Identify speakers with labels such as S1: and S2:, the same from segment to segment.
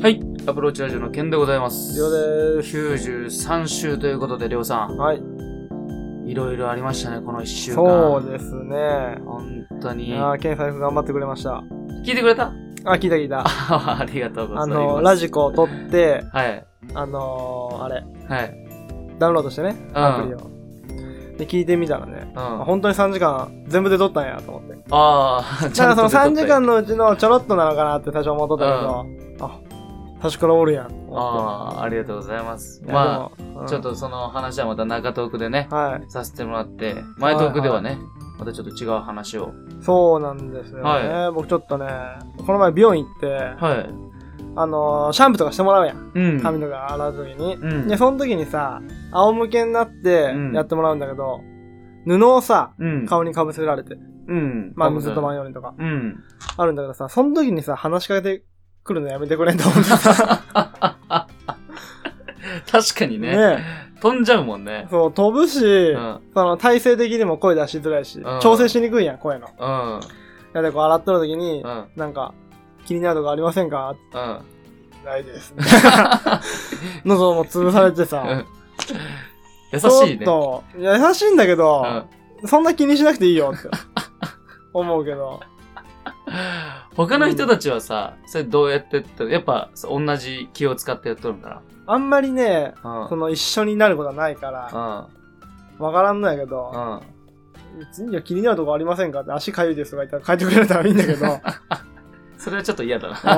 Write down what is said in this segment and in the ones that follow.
S1: はい、アプローチラジオの件でございます。
S2: 以上です。
S1: 93週ということで、りょうさ
S2: はい。
S1: ん、いろいろありましたね、この1週間。
S2: そうですね。
S1: 本当に。
S2: ああ、ケンさん頑張ってくれました。
S1: 聞いてくれた
S2: あ、聞いた聞いた。
S1: ありがとうござ
S2: あ
S1: います。
S2: の、ラジコを撮って、
S1: はい。
S2: あのー、あれ、
S1: はい。
S2: ダウンロードしてね、
S1: ん
S2: アプリを。で、聞いてみたらね、
S1: うん。
S2: あ
S1: あ
S2: 本当に3時間全部で撮ったんやと思って。
S1: あー、ち
S2: だ
S1: ゃ
S2: か
S1: んと
S2: らその3
S1: 出
S2: 時
S1: とった
S2: 間のうちのちょろっとなのかなって最初思っとったけど、あ、確からおるやんと思って。
S1: ああー、ありがとうございます。
S2: いや
S1: ま
S2: でもう
S1: あ、
S2: ん
S1: ちょっとその話はまた中トークでね、
S2: はい。
S1: させてもらって、前トークではね、またちょっと違う話を。
S2: そうなんですよね。
S1: は
S2: 僕ちょっとね、この前美容院行って、
S1: はい。
S2: あのー、シャンプーとかしてもらうやん。
S1: うん。
S2: 髪の毛洗うときに。
S1: うん
S2: で、その時にさ、仰向けになって
S1: うん
S2: やってもらうんだけど、布をさ、
S1: うん。
S2: 顔にかぶせられて、
S1: うん。
S2: まあ水とマヨネとか
S1: うん。
S2: あるんだけどさ、その時にさ、話しかけてくるのやめてくれんと思ってさ、
S1: 確かにね
S2: ね
S1: 飛んじゃうもんね。
S2: そう、飛ぶし、
S1: うん。
S2: その体勢的にも声出しづらいし、
S1: うん
S2: 調整しにくいやん、声の。い
S1: うん。
S2: や、で、こう洗っとる時に、
S1: うん。
S2: なんか、気になるとこありませんか
S1: うん。
S2: ないです。 喉も潰されて
S1: う
S2: さ
S1: ん、優しいね。
S2: ちょっと、いや優しいんだけど、
S1: うん
S2: そんな気にしなくていいよって思うけど。
S1: 他の人たちはさ、それどうやってって、やっぱそう同じ気を使ってやっとるんだ
S2: あんまりね、
S1: な。う
S2: そ
S1: ん。
S2: の一緒になることはないから、わからんのやけど、
S1: うん。うん。
S2: 別にいや気になるとこありませんかって足かゆいですとか言ったら書いてくれたらいいんだけど。
S1: それはちょっと嫌だな。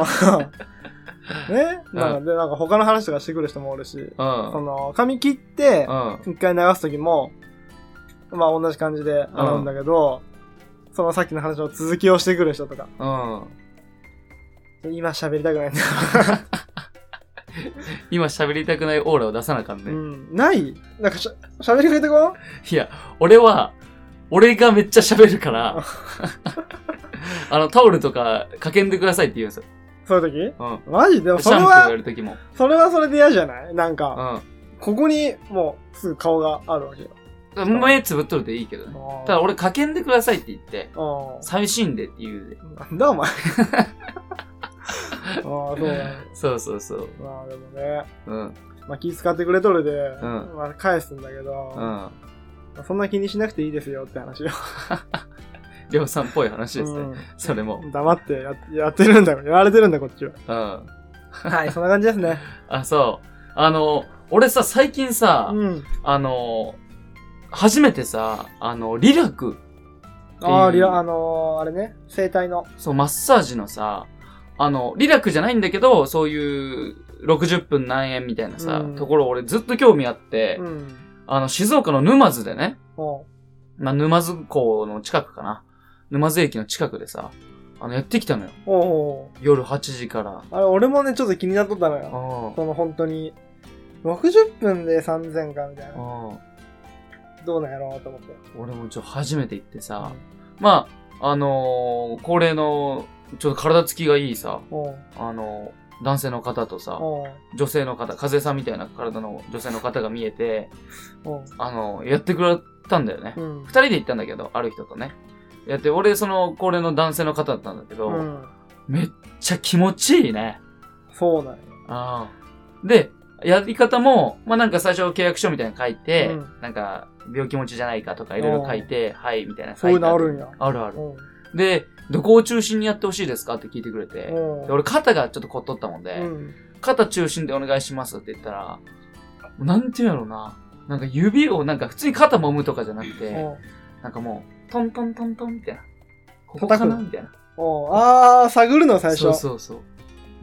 S2: ねなんかで、なんか他の話とかしてくる人もおるし、
S1: うん。
S2: その、髪切って
S1: う、ん。
S2: 一回流すときも、まあ同じ感じで洗うんだけど、そのさっきの話の続きをしてくる人とか、
S1: うん。
S2: 今喋りたくないんだ。
S1: 今喋りたくないオーラを出さなあかん
S2: う
S1: ね。
S2: ん。ないなんかしゃ喋りかけてこ
S1: いや、俺は、俺がめっちゃ喋る から、あの、タオルとかかけんでくださいって言うんですよ。
S2: そういう
S1: うん。
S2: 時マジでも
S1: シ
S2: それ
S1: ャンプーや
S2: は、
S1: るときも。
S2: それはそれで嫌じゃないなんか、
S1: う
S2: ここにもうすぐ顔があるわけよ。
S1: ん。目つぶっとるでいいけどね。ただ俺、かけんでくださいって言って、
S2: あ
S1: 寂しいんでって言うで。
S2: あ。なんだお前。あ あ、そうだね。
S1: そうそうそう。
S2: まあでもね、
S1: うん。
S2: まあ気遣ってくれとるで、
S1: ん
S2: まあ返すんだけど、
S1: うん。
S2: まあそんな気にしなくていいですよって話よ。
S1: りょうさんっぽい話ですね。
S2: う
S1: それも。
S2: ん、黙ってややってるんだよ。やられてるんだ、こっ ちは。
S1: うん。
S2: はい、そんな感じですね。
S1: あ、そう。あの、俺さ、最近さ、
S2: うん。
S1: あの、初めてさ、あの、リラク、
S2: あ
S1: う
S2: あ、
S1: ん
S2: リラ、あのー、あれね、生体の。
S1: そう、マッサージのさ、あの、リラクじゃないんだけど、そういう、60分何円みたいなさ、
S2: うん
S1: ところ俺ずっと興味あって、
S2: うん。
S1: あの、静岡の沼津でね、
S2: も
S1: まあ、沼津港の近くかな。沼津駅の近くでさ、あの、やってきたのよ。
S2: う、おうお
S1: 夜8時から。
S2: うあれ、俺もね、ちょっと気になっとったのよ。
S1: あ
S2: その本当に、60分で3000かみたいな。
S1: あ。
S2: どうなんやろうと思って。
S1: 俺もちょ、初めて行ってさ、まあ、あのー恒例の、ちょっと体つきがいいさ、
S2: うん。うん。
S1: あのー男性の方とさ、
S2: うん。
S1: 女性の方、風さんみたいな体の女性の方が見えて、
S2: うん。
S1: あのーやってくれたんだよね。
S2: うん
S1: 二人で行ったんだけど、ある人とね。やって、俺、その、恒例の男性の方だったんだけど、
S2: うん。
S1: めっちゃ気持ちいいね。
S2: そうなんや。
S1: ああ。で、やり方も、まあ、なんか最初契約書みたいなの書いて、
S2: うん
S1: なんか、病気持ちじゃないかとかいろいろ書いて、はい、みたいな
S2: そう
S1: 書い
S2: い
S1: て
S2: うのあるん
S1: ん
S2: や。
S1: あるあ
S2: う
S1: る。
S2: ん。
S1: で、どこを中心にやってほしいですかって聞いてくれて、で
S2: う
S1: 俺肩がちょっと凝っとったもんで、
S2: ん。
S1: 肩中心でお願いしますって言ったら、なんていうんやろうな。なんか指を、なんか普通に肩揉むとかじゃなくて、
S2: うん。
S1: なんかもう、トントントントンみたいな。ここか
S2: 叩
S1: な
S2: く
S1: みたいな。
S2: おあー、探るの最初。
S1: そうそうそう。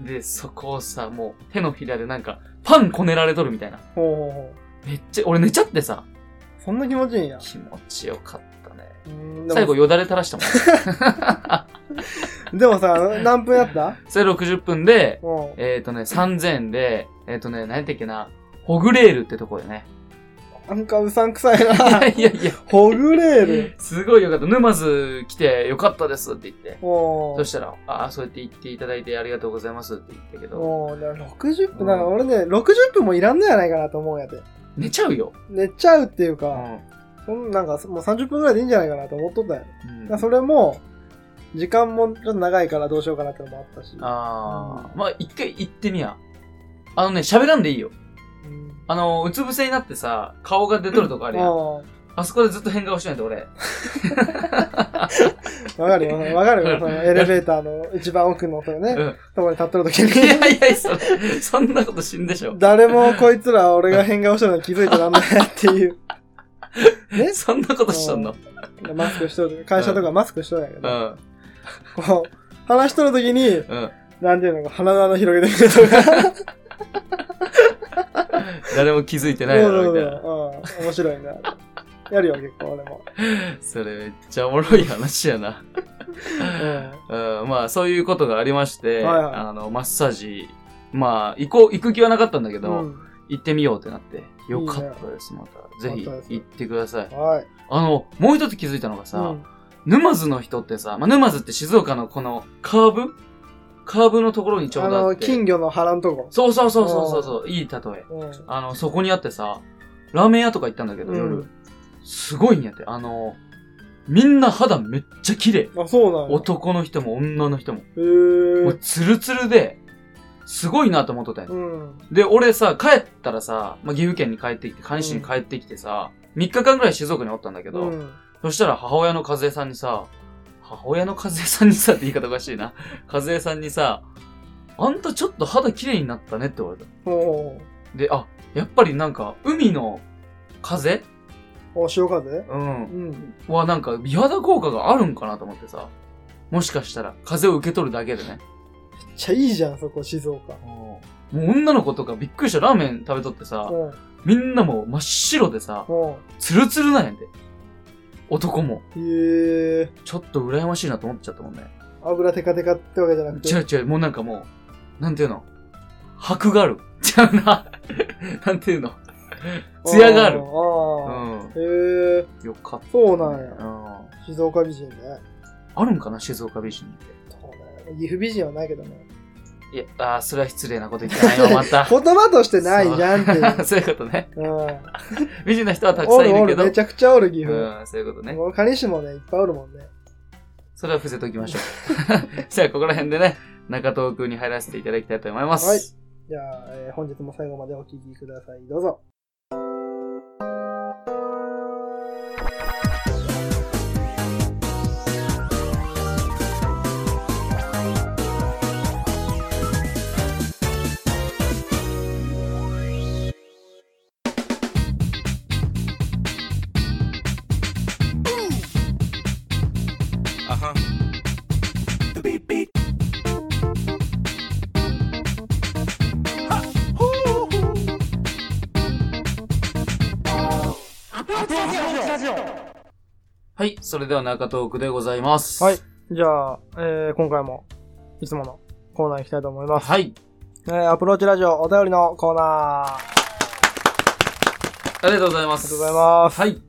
S1: で、そこをさ、もう手のひらでなんか、パンこねられとるみたいな。
S2: ほうほうほ
S1: めっちゃ、俺寝ちゃってさ、
S2: う。そんな気持ちいいんや。
S1: 気持ちよかったね。
S2: うん
S1: 最後、よだれ垂らしたもん。
S2: でもさ、何分やった
S1: それ60分で、
S2: うん。
S1: えっ、ー、とね、3000円で、えっ、ー、とね、何やったっけな、ホグレールってとこでね。
S2: なんかうさんくさい
S1: いや
S2: な。
S1: いやいや、
S2: ほぐれる。
S1: すごいよかった。沼津来てよかったですって言って。
S2: お
S1: そし
S2: ー。
S1: たら、ああ、そうやって言っていただいてありがとうございますって言ったけど、
S2: おー、だから60
S1: うん
S2: 分、なんか俺ね、60分もいらんのやないかなと思うんやて。
S1: 寝ちゃうよ。
S2: 寝ちゃうっていう
S1: う
S2: か、
S1: ん。
S2: そんなんかもう30分ぐらいでいいんじゃないかなと思っとったんや。だか
S1: う
S2: ら
S1: ん、
S2: それも、時間もちょっと長いからどうしようかなってのもあったし。
S1: ああ、まあ一回行ってみや。あのね、喋らんでいいよ。
S2: うん
S1: あの、うつ伏せになってさ、顔が出とるとこあるやん。
S2: あ
S1: あそこでずっと変顔してないと俺。
S2: あわかるよ。わか るよ。そのエレベーターの一番奥のとね
S1: う、ん。
S2: とこに立ってる時
S1: いや
S2: に。
S1: いや、それそんなこと死んでしょ。
S2: 誰もこいつら俺が変顔してるの気づいてらんないっていう。ね
S1: そんなことしとんの
S2: マスクしとる。会社とかマスクしとるんやけ
S1: う
S2: ど。
S1: ん。
S2: こう、話しとる時に、
S1: うん。
S2: なんていうのか、鼻の穴広げてみるとか。
S1: 誰も気づいて ないだろ、みたいな。
S2: そうそうそううん。面白いな。やるよ、結構俺も。
S1: それめっちゃおもろい話やな。
S2: うん。
S1: うん、まあそういうことがありまして、
S2: はいはい
S1: あの、マッサージ、まあ行こう、行く気はなかったんだけど、
S2: うん
S1: 行ってみようってなって、よかったです、また。ぜひ
S2: よかったです
S1: 行ってください。
S2: はい。
S1: あの、もう一つ気づいたのがさ、
S2: うん
S1: 沼津の人ってさ、まあ、沼津って静岡のこのカーブカーブのところにちょ
S2: あ
S1: うどあ
S2: の、
S1: って。
S2: 金魚の腹んとこ。
S1: そうそうそうそうそうそう、いい例え。
S2: うん。
S1: あの、そこにあってさ、ラーメン屋とか行ったんだけど、
S2: う
S1: 夜
S2: ん。
S1: すごいんやって。あの、みんな肌めっちゃ綺麗。
S2: あ、そうなんや。
S1: 男の人も女の人も。
S2: へ
S1: もう
S2: ー。
S1: ツルツルで、すごいなと思っとったんや
S2: う。ん。
S1: で、俺さ、帰ったらさ、まあ、岐阜県に帰ってきて、関西に帰ってきてさ、3日間ぐらい静岡におったんだけど、
S2: うん
S1: そしたら母親の和江さんにさ、母親の和江さんにさって言い方おかしいな。和江さんにさ、あんたちょっと肌綺麗になったねって言われた。
S2: おー
S1: で、あ、やっぱりなんか、海の風
S2: お、潮風
S1: う。
S2: うんん。
S1: はなんか、美肌効果があるんかなと思ってさ。もしかしたら、風を受け取るだけでね。
S2: めっちゃいいじゃん、そこ、静岡。
S1: もう女の子とかびっくりしたラーメン食べとってさ
S2: う、ん。
S1: みんなもう真っ白でさ、
S2: うん。
S1: ツルツルなんやで。男も。
S2: へえ。
S1: ちょっと羨ましいなと思っちゃったもんね。
S2: 油テカテカってわけじゃなくて。
S1: 違う違う、もうなんかもう、なんていうの箔がある。違うな。 なんていうの艶がある。う
S2: あ
S1: ん。
S2: ーあー。へえ。
S1: よかった。
S2: そうなん
S1: う
S2: や。
S1: ん。
S2: 静岡美人ね。
S1: あるんかな静岡美人って。
S2: そうね。岐阜美人はないけどね。
S1: いや、あーそれは失礼なこと言ってない よ、また。
S2: 言葉としてないじゃんっていう。
S1: そういうことね。
S2: うん。
S1: 美人な人はたく
S2: お
S1: さんい
S2: るお
S1: るけ
S2: る、
S1: ど。
S2: めちゃくちゃおる、岐阜。
S1: うん、そういうことね。
S2: もうカニ市もね、いっぱいおるもんね。
S1: それは伏せておきましょう。 じゃあ、ここら辺でね、中東区に入らせていただきたいと思います。
S2: はいじゃあ、えー本日も最後までお聞きください。どうぞ。
S3: Uh-huh. Beep, beep. Ha!
S1: はい、それでは中東区でございます。
S2: はい。じゃあ、えー今回も、いつものコーナー行きたいと思います。
S1: はい。
S2: えーアプローチラジオお便りのコーナー。あ
S1: ありがとうございま
S2: りが
S1: す。
S2: とうございます。
S1: はい。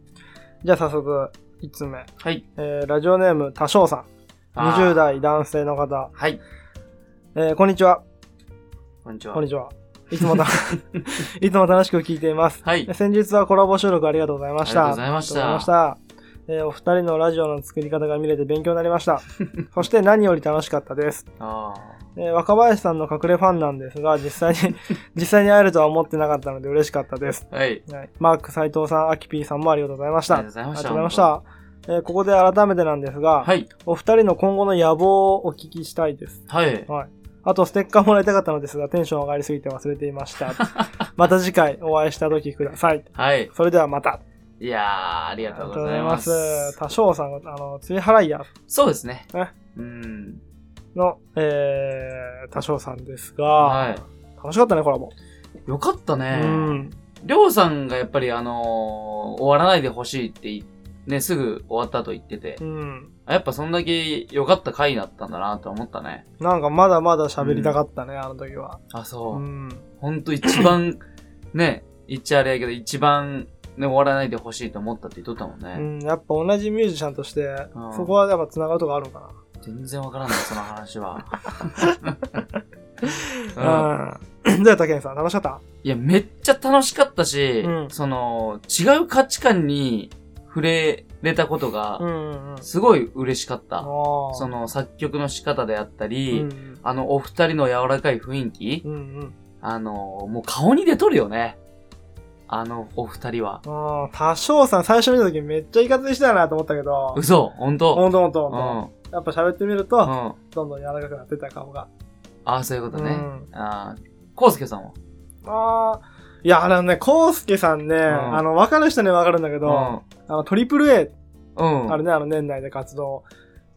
S2: じゃあ早速、1つ目。
S1: はい。
S2: えーラジオネーム、多少さん。
S1: あー
S2: 20。代男性の方。
S1: はい。
S2: えーこんにちは。
S1: こんにちは。
S2: こんにちは。いつ もた、いつも楽しく聞いています。
S1: はい。
S2: 先日はコラボ収録ありがとうございまし
S1: あ
S2: た。
S1: りがとうございました
S2: ありがとうございましたえーお二人のラジオの作り方が見れて勉強になり ました。そして何より楽しかったです。
S1: あ
S2: えー若林さんの隠れファンなんですが、実際に、実際に会えるとは思ってなかったので嬉しかったです。
S1: あ。はい。あり
S2: はいマーク斎藤さん、アキピーさんもありがとうございまし
S1: が
S2: た。
S1: とうご
S2: あり
S1: ざいま
S2: が
S1: し
S2: と
S1: た。
S2: うございました。えーここで改めてなんですが、
S1: はい。
S2: お二人の今後の野望をお聞きしたいです。
S1: はい。
S2: あと、ステッカーもらいたかったのですが、テンション上がりすぎて忘れてい ました。また次回お会いした時ください。
S1: はい。
S2: それではまた。
S1: いやー、あり
S2: あ
S1: がとうございます。
S2: 多少さん、あの、釣り払い屋
S1: そうですね
S2: ね。
S1: うん。
S2: の、えー、多少さんですが、
S1: は
S2: 楽しかったね、コラボ。
S1: い。よかったね。
S2: うん。
S1: りょうさんがやっぱりあのー終わらないでほしいってい、ね、すぐ終わったと言ってて
S2: う、ん。
S1: あやっぱそんだけ良かった回だったんだなと思ったね。
S2: なんかまだまだ喋りたかったね、あの時は。
S1: あ、そうう。
S2: ん。
S1: ほんと一番、ね、言っちゃあれやけど、一番、ね、終わらないでほしいと思ったって言っとったもん
S2: う
S1: ね。
S2: ん、やっぱ同じミュージシャンとして
S1: うん、
S2: そこはやっぱ繋がるとこあるのか
S1: 全然わからんない、その話は。うん
S2: な。うん。 どうやった、ケンさん楽しかった
S1: いや、めっちゃ楽しかったし、
S2: うん
S1: その、違う価値観に触れれたことが
S2: う、んうん。
S1: すごい嬉しかった。そ
S2: そ、
S1: の作曲の仕方であった
S2: う
S1: り、
S2: ん
S1: あのお二人の柔らかい雰囲気、
S2: うん。うん
S1: あの、もう顔に出とるよね。あのお二人は。
S2: うん。多少さん最初見た時めっちゃいかつい人だなと思ったけど、
S1: 嘘本当
S2: ほんとほんと
S1: う
S2: ほん
S1: ん。
S2: と。やっぱ喋ってみる
S1: う
S2: と、
S1: ん。あ
S2: どんどん柔らかくなってた顔が。
S1: あ、そういうことね。
S2: うん
S1: ああ、コウスケさんは
S2: ああ。いや、あのね、コウスケさんね、
S1: ん
S2: あの、わかる人にはわかるんだけど、あの、トリプル A、
S1: うん。うん。
S2: あれね、あの、年内で活動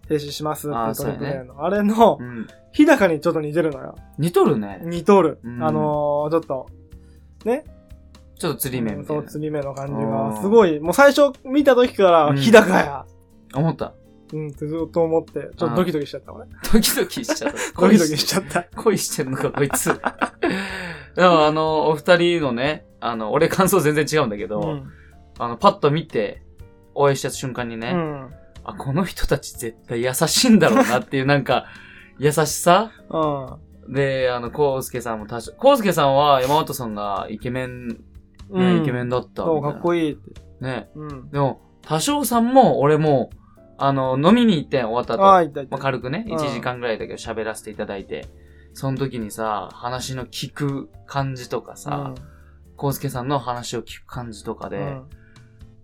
S2: 停止しますってい
S1: あー
S2: うトリプル
S1: そうや
S2: A の、あれの
S1: う、ん。
S2: 日高にちょっと似てるのよ。
S1: 似とるね。
S2: 似とる。
S1: うん
S2: あのー、ちょっと、ね。
S1: ちょっと釣り目みた
S2: そ、
S1: いうな。
S2: 釣り目の感じ
S1: うん
S2: が、すごい、もう最初見た時から、
S1: うん
S2: 日高や、
S1: 思った。
S2: うん、ってずっと思って、ちょっとドキドキしちゃった、俺。
S1: ドキドキしちゃった。
S2: ドキドキしちゃった。
S1: 恋してんのか、こいつ。でも、あの、お二人のね、あの、俺感想全然違うんだけど、
S2: うん。
S1: あの、パッと見て、お会いした瞬間にね、
S2: うん。
S1: あ、この人たち絶対優しいんだろうなっていう、なん か、優しさで、あの、コウスケさんも多少、コウスケさんは山本さんがイケメン、ね
S2: うん。
S1: イケメンだった
S2: そう、かっこ
S1: い
S2: いいって。
S1: いな。ね。
S2: うん。
S1: でも、多少さんも、俺も、あの、飲みに行って終わった後、
S2: ああ、いたい
S1: まあ、
S2: た。
S1: 軽くね、
S2: うん
S1: 1時間ぐらいだけど喋らせていただいて、その時にさ、話の聞く感じとかさ、コウスケさんの話を聞く感じとか
S2: う
S1: で、
S2: ん。うん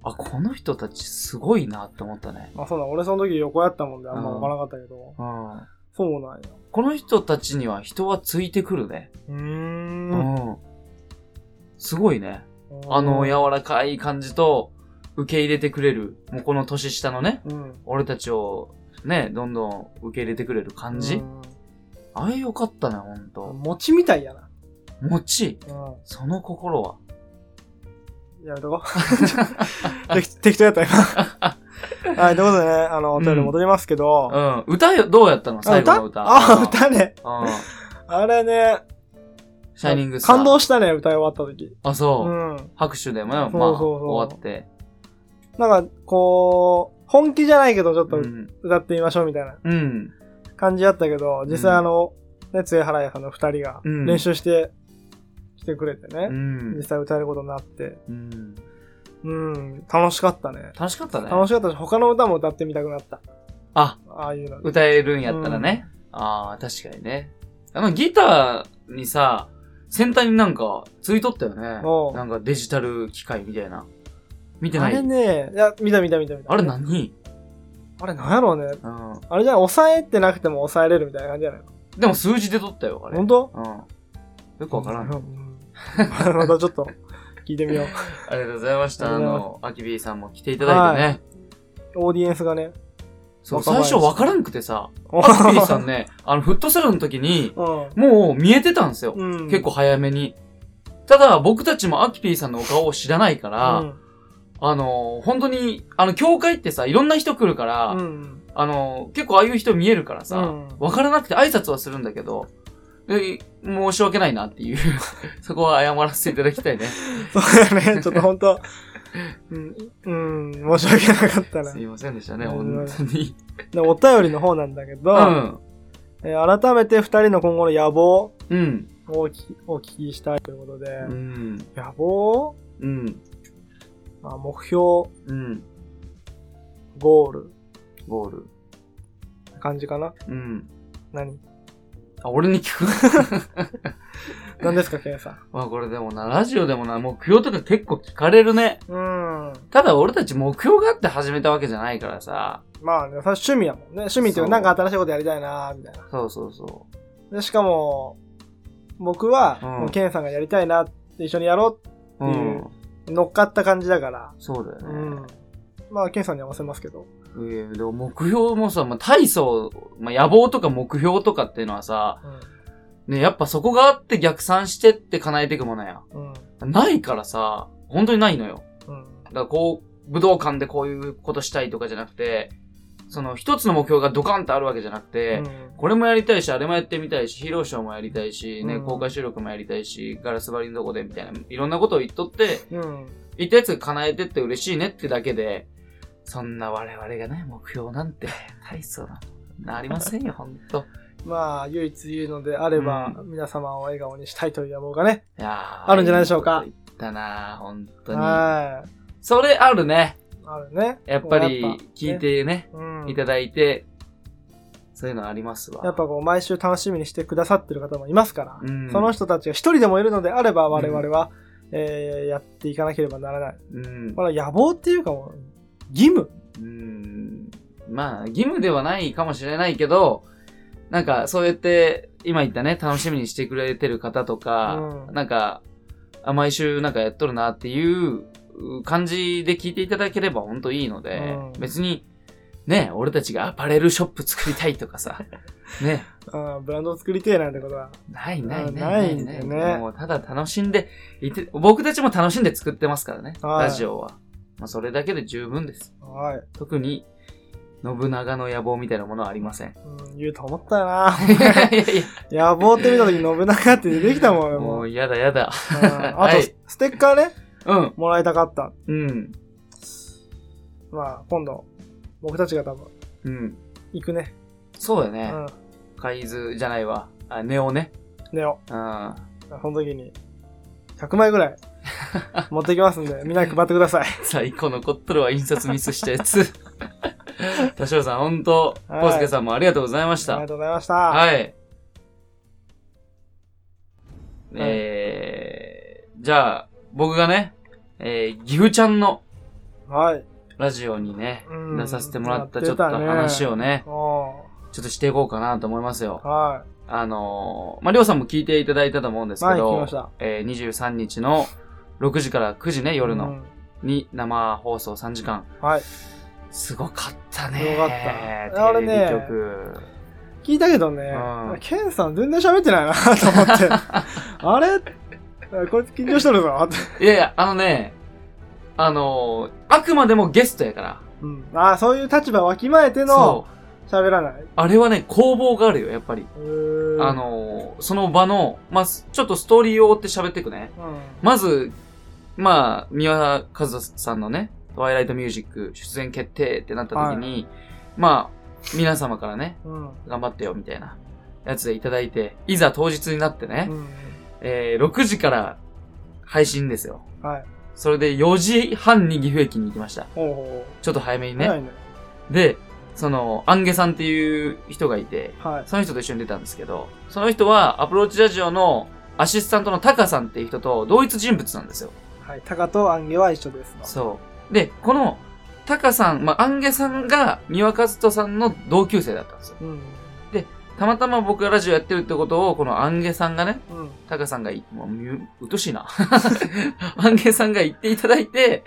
S1: あ、この人たちすごいなって思ったね。
S2: まあそうだ、俺その時横やったもんで、あんまわからなかったけど。
S1: うん。
S2: そうなんや。
S1: この人たちには人はついてくるね。
S2: うー。
S1: うんん。すごいね。あの、柔らかい感じと、受け入れてくれる。もうこの年下のね、
S2: うん。
S1: 俺たちを、ね、どんどん受け入れてくれる感じ。
S2: うん
S1: あれよかったね、ほんと。
S2: 餅みたいやな。
S1: もち、
S2: うん。
S1: その心は。
S2: やめとこう。 適適当 やった、今。はい、ということでね、あの、お便り戻りますけど。
S1: うん。歌よ、どうやったの
S2: あ
S1: 最後の歌。
S2: あ、歌ね。
S1: うん。うん。
S2: あれね。
S1: シャイニングスター。
S2: 感動したね、歌い終わった時。
S1: あ、
S2: う
S1: そう。
S2: ん。
S1: 拍手でもね、まあ、
S2: そうそうそう
S1: 終わって。
S2: なんか、こう、本気じゃないけど、ちょっ
S1: う
S2: と
S1: ん。
S2: 歌ってみましょうみたいな
S1: うん。
S2: 感じだったけど、実際
S1: うん
S2: あの、ね、つえはらやさんの二人が
S1: うん
S2: 練習してきてくれて
S1: う
S2: ね。
S1: ん
S2: 実。際歌えることになって。
S1: うん。
S2: うん、楽しかったね。
S1: 楽しかったね。
S2: 楽しかったし、他の歌も歌ってみたくなった。
S1: あ、
S2: ああいうの。
S1: 歌えるんやったらね。ああ、確かにね。あの、ギターにさ、先端になんか、ついとったよね
S2: お。う
S1: なんかデジタル機械みたいな。見て
S2: あ
S1: ないあ
S2: れ
S1: れ,、
S2: ね、いや、見た見た見た見た。
S1: 何
S2: あれなんやろうね。
S1: うん。
S2: あれじゃない抑えてなくても抑えれるみたいな感じじゃない
S1: でも数字で撮ったよ、あれ。
S2: 本当
S1: うん。よくわからん。
S2: うまたちょっと聞いてみ よう。
S1: ありがとうございました。あ
S2: ありがとう
S1: の、アキビーさんも来ていただいてね。
S2: オーディエンスがね。
S1: そう、
S2: 若
S1: 最
S2: 林
S1: 初わからんくてさ、
S2: う
S1: アキビ ーさんね、あの、フットサルの時に、
S2: ん
S1: もう見えてたんですよ。
S2: うん。
S1: 結構早めに。ただ、僕たちもアキピーさんのお顔を知らないから、
S2: うん、
S1: あの、本当に、あの、教会ってさ、いろんな人来るから、
S2: うん。
S1: あの、結構ああいう人見えるからさ、
S2: うん
S1: わからなくて挨拶はするんだけど、で申し訳ないなっていう、 そこは謝らせていただきたい ね。
S2: そうだね。 ちょっと本当うん、うん、申し訳なかったな。
S1: すいませんでしたね、
S2: うん
S1: 本当に。
S2: でお便りの方なんだけど、
S1: うん。
S2: えー改めて二人の今後の野望
S1: うん。
S2: をお聞きお聞きしたいということで、
S1: うん。
S2: 野望、
S1: うん。
S2: まあ、目標、
S1: うん。
S2: ゴール、
S1: ゴール。
S2: 感じかな
S1: うん。
S2: 何
S1: あ、俺に聞く
S2: 何ですか、ケンさん。
S1: まあこれでもな、ラジオでもな、目標とか結構聞かれるね。
S2: うん。
S1: ただ俺たち目標があって始めたわけじゃないからさ。
S2: まあね、それ趣味やもんね。趣味って
S1: そ
S2: いう
S1: う
S2: か、なんか新しいことやりたいなみたいな。
S1: そうそうそ
S2: で、しかも、僕は、
S1: うん
S2: もうケンさんがやりたいなって一緒にやろ
S1: う。
S2: う
S1: うんん。
S2: う、乗っかった感じだから、
S1: そうだよね。
S2: うん。まあ、ケンさんに合わせますけど。
S1: えーでも目標もさ、まあ、体操、まあ、野望とか目標とかっていうのはさ、ね、やっぱそこがあって逆算してって叶えていくものや。
S2: うん。うん。
S1: ないからさ、本当にないのよ。
S2: うん
S1: だ。からこう、武道館でこういうことしたいとかじゃなくて、その一つの目標がドカンとあるわけじゃなくて、
S2: うん
S1: これもやりたいし、あれもやってみたいし、披露ショーもやりたいし、ね、
S2: うん
S1: 公開収録もやりたいし、ガラス張りのとこでみたいな、いろんなことを言っとって、
S2: うん。
S1: 言ったやつが叶えてって嬉しいねってだけで、そんな我々がね、目標なんて、大層な、なりませんよ、ほんと。
S2: まあ、唯一言うのであれば、
S1: う
S2: 皆様を笑顔にしたいという野望がね。
S1: いやー
S2: あるんじゃないでしょうか
S1: いいこと言ったなーほんとに。
S2: は
S1: それあるね。
S2: い。あるね。
S1: やっぱり
S2: こうやっぱ
S1: 聞いてね、
S2: うん。
S1: いただいて、そういうのありますわ。
S2: やっぱこう、毎週楽しみにしてくださってる方もいますから、
S1: うん
S2: その人たちが一人でもいるのであれば、我々は、えーやっていかなければならない。
S1: うん
S2: これは野望っていうかもう、義務。
S1: うんまあ、義務ではないかもしれないけど、なんか、そうやって、今言ったね、楽しみにしてくれてる方とか、
S2: うん
S1: なんか、あ、毎週なんかやっとるなっていうう感じで聞いていただければ本当いいので、
S2: うん
S1: 別に、ね、俺たちがアパレルショップ作りたいとか さ、ね、
S2: うん、ブランドを作りてえなんてことは。
S1: ないない
S2: うん
S1: ない
S2: ないんだよね
S1: もうただ楽しんでいて、僕たちも楽しんで作ってますからね、
S2: はい
S1: ラジオは。まあ、それだけで十分です。
S2: はい。
S1: 特に信長の野望みたいなものはありま せん。
S2: うん、言うと思ったよな。
S1: いやいやい
S2: 野望って見た時に信長って出てきたもん
S1: や、
S2: よ、
S1: も
S2: もう。う
S1: うんやだやだ。
S2: あ
S1: は
S2: と
S1: い、
S2: ステッカーね、
S1: うん、
S2: もらいたかった。
S1: うん、
S2: まあ、今度、僕たちが多分、
S1: うん。
S2: 行くね。
S1: そうだ
S2: う
S1: ね。
S2: ん。
S1: 海津じゃないわ。あ、ネオね。
S2: ネオ。
S1: うん。
S2: その時に、100枚ぐらい、持ってきますんで、 みんなに配ってください。
S1: 最高残っとるわ、印刷ミスしたやつ。 田代さん、本当、
S2: はい
S1: 康介さんもありがとうございまし
S2: あり
S1: た
S2: が。とうございました。
S1: はい。えー、じゃあ、僕がね、えー、岐阜ちゃんの
S2: はい。
S1: ラジオにね、
S2: うん
S1: 出させてもらった
S2: や
S1: ち
S2: っ
S1: ょ
S2: て
S1: っと
S2: たね
S1: 話をね、
S2: お
S1: ちょっとしていこうかなと思いますよ
S2: ー。は
S1: あのーまあ、りょうさんも聞いていただいたと思うんで
S2: い。
S1: すけ
S2: 前に
S1: ど、
S2: 来ました。
S1: えー23日の6時から9時ね、夜
S2: う
S1: の、
S2: ん
S1: に生放送3時間。
S2: はい。
S1: すごかったね。
S2: すごかった
S1: テレビ
S2: あれね
S1: 局。
S2: 聞いたけどね
S1: うん、
S2: ケンさん全然喋ってないなと思って。 あれこいつ緊張しとるぞ って。
S1: いやいや、あのね、あのーあくまでもゲストやから。
S2: うん。ああ、そういう立場わきまえての
S1: そう。
S2: 喋らない。
S1: あれはね、攻防があるよ、やっぱり。
S2: うーん
S1: あ、のーその場の、まあ、ちょっとストーリーを追って喋っていくね。
S2: うん。
S1: まず、まあ、三輪和也さんのね、トワイライトミュージック出演決定ってなった時に、まあ、皆様からね、
S2: うん。
S1: 頑張ってよみたいなやつでいただいて、いざ当日になってね、
S2: うん
S1: えー6時から配信ですよ。
S2: はい。
S1: それで4時半に岐阜駅に行きました。
S2: ほうほ
S1: ちょっと早めに
S2: う。
S1: ね。
S2: 早いね。
S1: で、その、アンゲさんっていう人がいて、
S2: はい。
S1: その人と一緒に出たんですけど、その人はアプローチラジオのアシスタントのタカさんっていう人と同一人物なんですよ。
S2: はい。タカとアンゲは一緒です。
S1: そう。で、この、タカさん、まあ、アンゲさんが、三輪和人さんの同級生だったんですよ。
S2: うん。
S1: たまたま僕がラジオやってるってことを、このアンゲさんがね、
S2: うん。
S1: タカさんがい、もう、う、うっとうしいな。 アンゲさんが言っていただいて、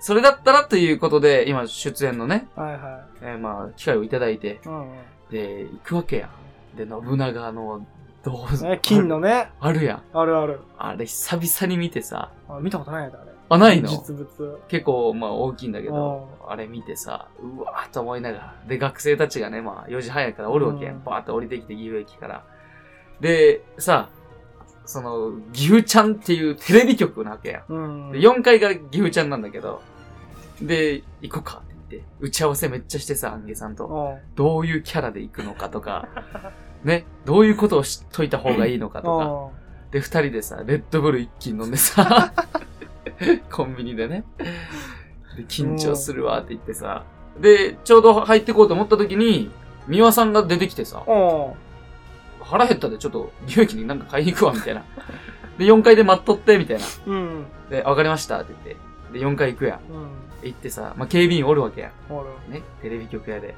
S1: それだったらということで、今、出演のね、
S2: はいは
S1: えーまあ、機会をいただいて、
S2: い。うんうん。
S1: で、行くわけやん。で、信長の、どう
S2: ね、金のね、
S1: あるやん。
S2: あるある。
S1: あれ、久々に見てさ、
S2: あ見たことないやつ、あれ。
S1: あ、ないの
S2: 実物。
S1: 結構、まあ、大きいんだけど、あれ見てさ、うわーと思いながら、で、学生たちがね、まあ、4時半やからおるわけや
S2: うん
S1: ん。バーって降りてきて、岐阜駅から。で、さ、その、岐阜ちゃんっていうテレビ局なわけやん。
S2: うん。
S1: で、4階が岐阜ちゃんなんだけど、で、行こうかって言って、打ち合わせめっちゃしてさ、アンゲさんと、
S2: うん。
S1: どういうキャラで行くのかとか、ね、どういうことを知っといた方がいいのかとか、
S2: うん
S1: で、二人でさ、レッドブル一気に飲んでさ、 コンビニでね。で、緊張するわって言ってさ。で、ちょうど入ってこうと思った時に、三輪さんが出てきてさ、
S2: うん。
S1: 腹減ったでちょっと牛気になんか買いに行くわ、みたいな。で、4階で待っとって、みたいな。
S2: うん。
S1: で、わかりましたって言って。で、4階行くやん。
S2: うん。
S1: 行ってさ、まあ、警備員おるわけや
S2: ほら。
S1: ん。ね、テレビ局やで。